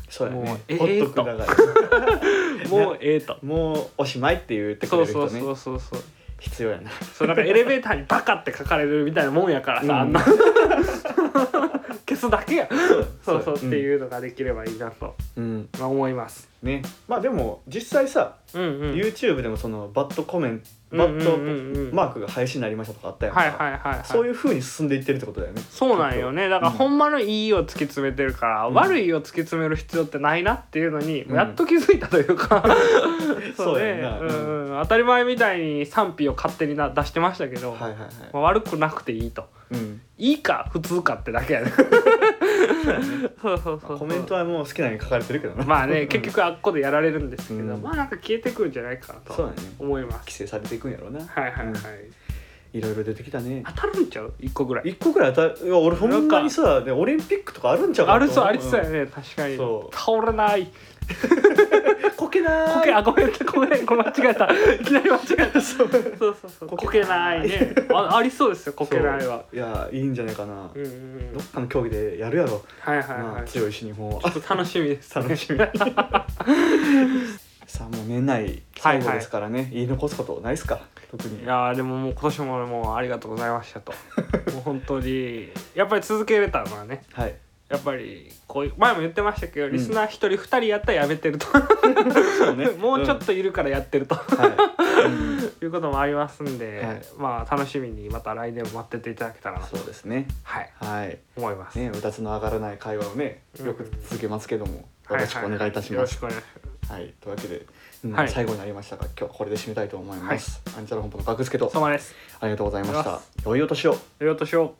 Speaker 1: そうやね
Speaker 2: もうえ
Speaker 1: ほっとくながら
Speaker 2: もうええと。
Speaker 1: もうおしまいって言ってく
Speaker 2: そ
Speaker 1: れ
Speaker 2: う
Speaker 1: る人
Speaker 2: そうそ
Speaker 1: ね
Speaker 2: うそうそう
Speaker 1: 必要やな
Speaker 2: そうなんかエレベーターに「バカ」って書かれるみたいなもんやからさ、
Speaker 1: うん
Speaker 2: あんな 消すだけやそうそうって
Speaker 1: う
Speaker 2: いうのができればいいなと、
Speaker 1: うん
Speaker 2: まあ、思います
Speaker 1: ねまあでも実際さ
Speaker 2: うんうん
Speaker 1: YouTube でもそのバッドコメントバ
Speaker 2: うんうんうん
Speaker 1: ッ
Speaker 2: う
Speaker 1: ド
Speaker 2: ん
Speaker 1: マークが廃止になりましたとかあったやんか
Speaker 2: はいはいはい、はい、
Speaker 1: そういう風に進んでいってるってことだよね
Speaker 2: そうなんよねだからほんまのいいを突き詰めてるから、
Speaker 1: うん
Speaker 2: 悪いを突き詰める必要ってないなっていうのに、
Speaker 1: うん
Speaker 2: やっと気づいたというかそう
Speaker 1: そう
Speaker 2: ね
Speaker 1: やんな
Speaker 2: う
Speaker 1: うんん
Speaker 2: 当たり前みたいに賛否を勝手にな出してましたけど、
Speaker 1: はいはいはい
Speaker 2: まあ、悪くなくていいと
Speaker 1: うん
Speaker 2: いいか普通かってだけやね そうそうそうそう
Speaker 1: コメントはもう好きなように書かれてるけどな
Speaker 2: まあ
Speaker 1: う
Speaker 2: ね
Speaker 1: ん
Speaker 2: 結局あっこでやられるんですけど、
Speaker 1: うん
Speaker 2: まあなんか消えてくるんじゃないかな
Speaker 1: そう
Speaker 2: と
Speaker 1: だね
Speaker 2: 思います
Speaker 1: 規制されていくんやろうな
Speaker 2: はいはいはい、
Speaker 1: うんいろいろ出てきたね
Speaker 2: 当たるんちゃう一個ぐらい
Speaker 1: 一個ぐらい当たるいや俺ほんまにさでオリンピックとかあるんちゃうか
Speaker 2: あ
Speaker 1: な
Speaker 2: る
Speaker 1: と
Speaker 2: そ
Speaker 1: 思
Speaker 2: うありそうやね、確かに
Speaker 1: そう
Speaker 2: 倒れない
Speaker 1: うんこけなー
Speaker 2: こけあごめんごめんごめん間違えたいきなり間違 えたそうそうそうそうこ
Speaker 1: こ
Speaker 2: け
Speaker 1: け
Speaker 2: な
Speaker 1: ない
Speaker 2: いねあありそうですよこけないは
Speaker 1: そういやいいんじゃないかな
Speaker 2: う
Speaker 1: ど
Speaker 2: んうんうん
Speaker 1: っかの競技でやるやろ
Speaker 2: はいはい
Speaker 1: ま
Speaker 2: は
Speaker 1: あ
Speaker 2: いち
Speaker 1: 強いし日本は
Speaker 2: ょっと楽しみです
Speaker 1: 楽 しみ さあもう年内最後ですからね、言い残すことないですか特に
Speaker 2: いやーでももう今年ももうありがとうございましたともう本当にやっぱり続けれたのはね
Speaker 1: はい
Speaker 2: やっぱりこういう前も言ってましたけど、
Speaker 1: ん
Speaker 2: リスナー一人二人やったらやめてると
Speaker 1: そう ね
Speaker 2: もうちょっ、といるからやってると、
Speaker 1: うんはいうん
Speaker 2: いうこともありますんで、
Speaker 1: はい
Speaker 2: まあ楽しみにまた来年も待ってていただけたらなと
Speaker 1: そうですね
Speaker 2: はい
Speaker 1: はい
Speaker 2: 思います、
Speaker 1: ねうたつの上がらない会話をねよく続けますけども、よろしくお願いいたしま
Speaker 2: はははよろ
Speaker 1: す
Speaker 2: しくお願いし
Speaker 1: はい、というわけで、うん
Speaker 2: はい
Speaker 1: 最後になりましたが今日はこれで締めたいと思います、アンチャラ本舗の格付けと
Speaker 2: ます。お疲れ様です。
Speaker 1: ありがとうございまし
Speaker 2: ありがとう
Speaker 1: た良いお年を
Speaker 2: よいお年を。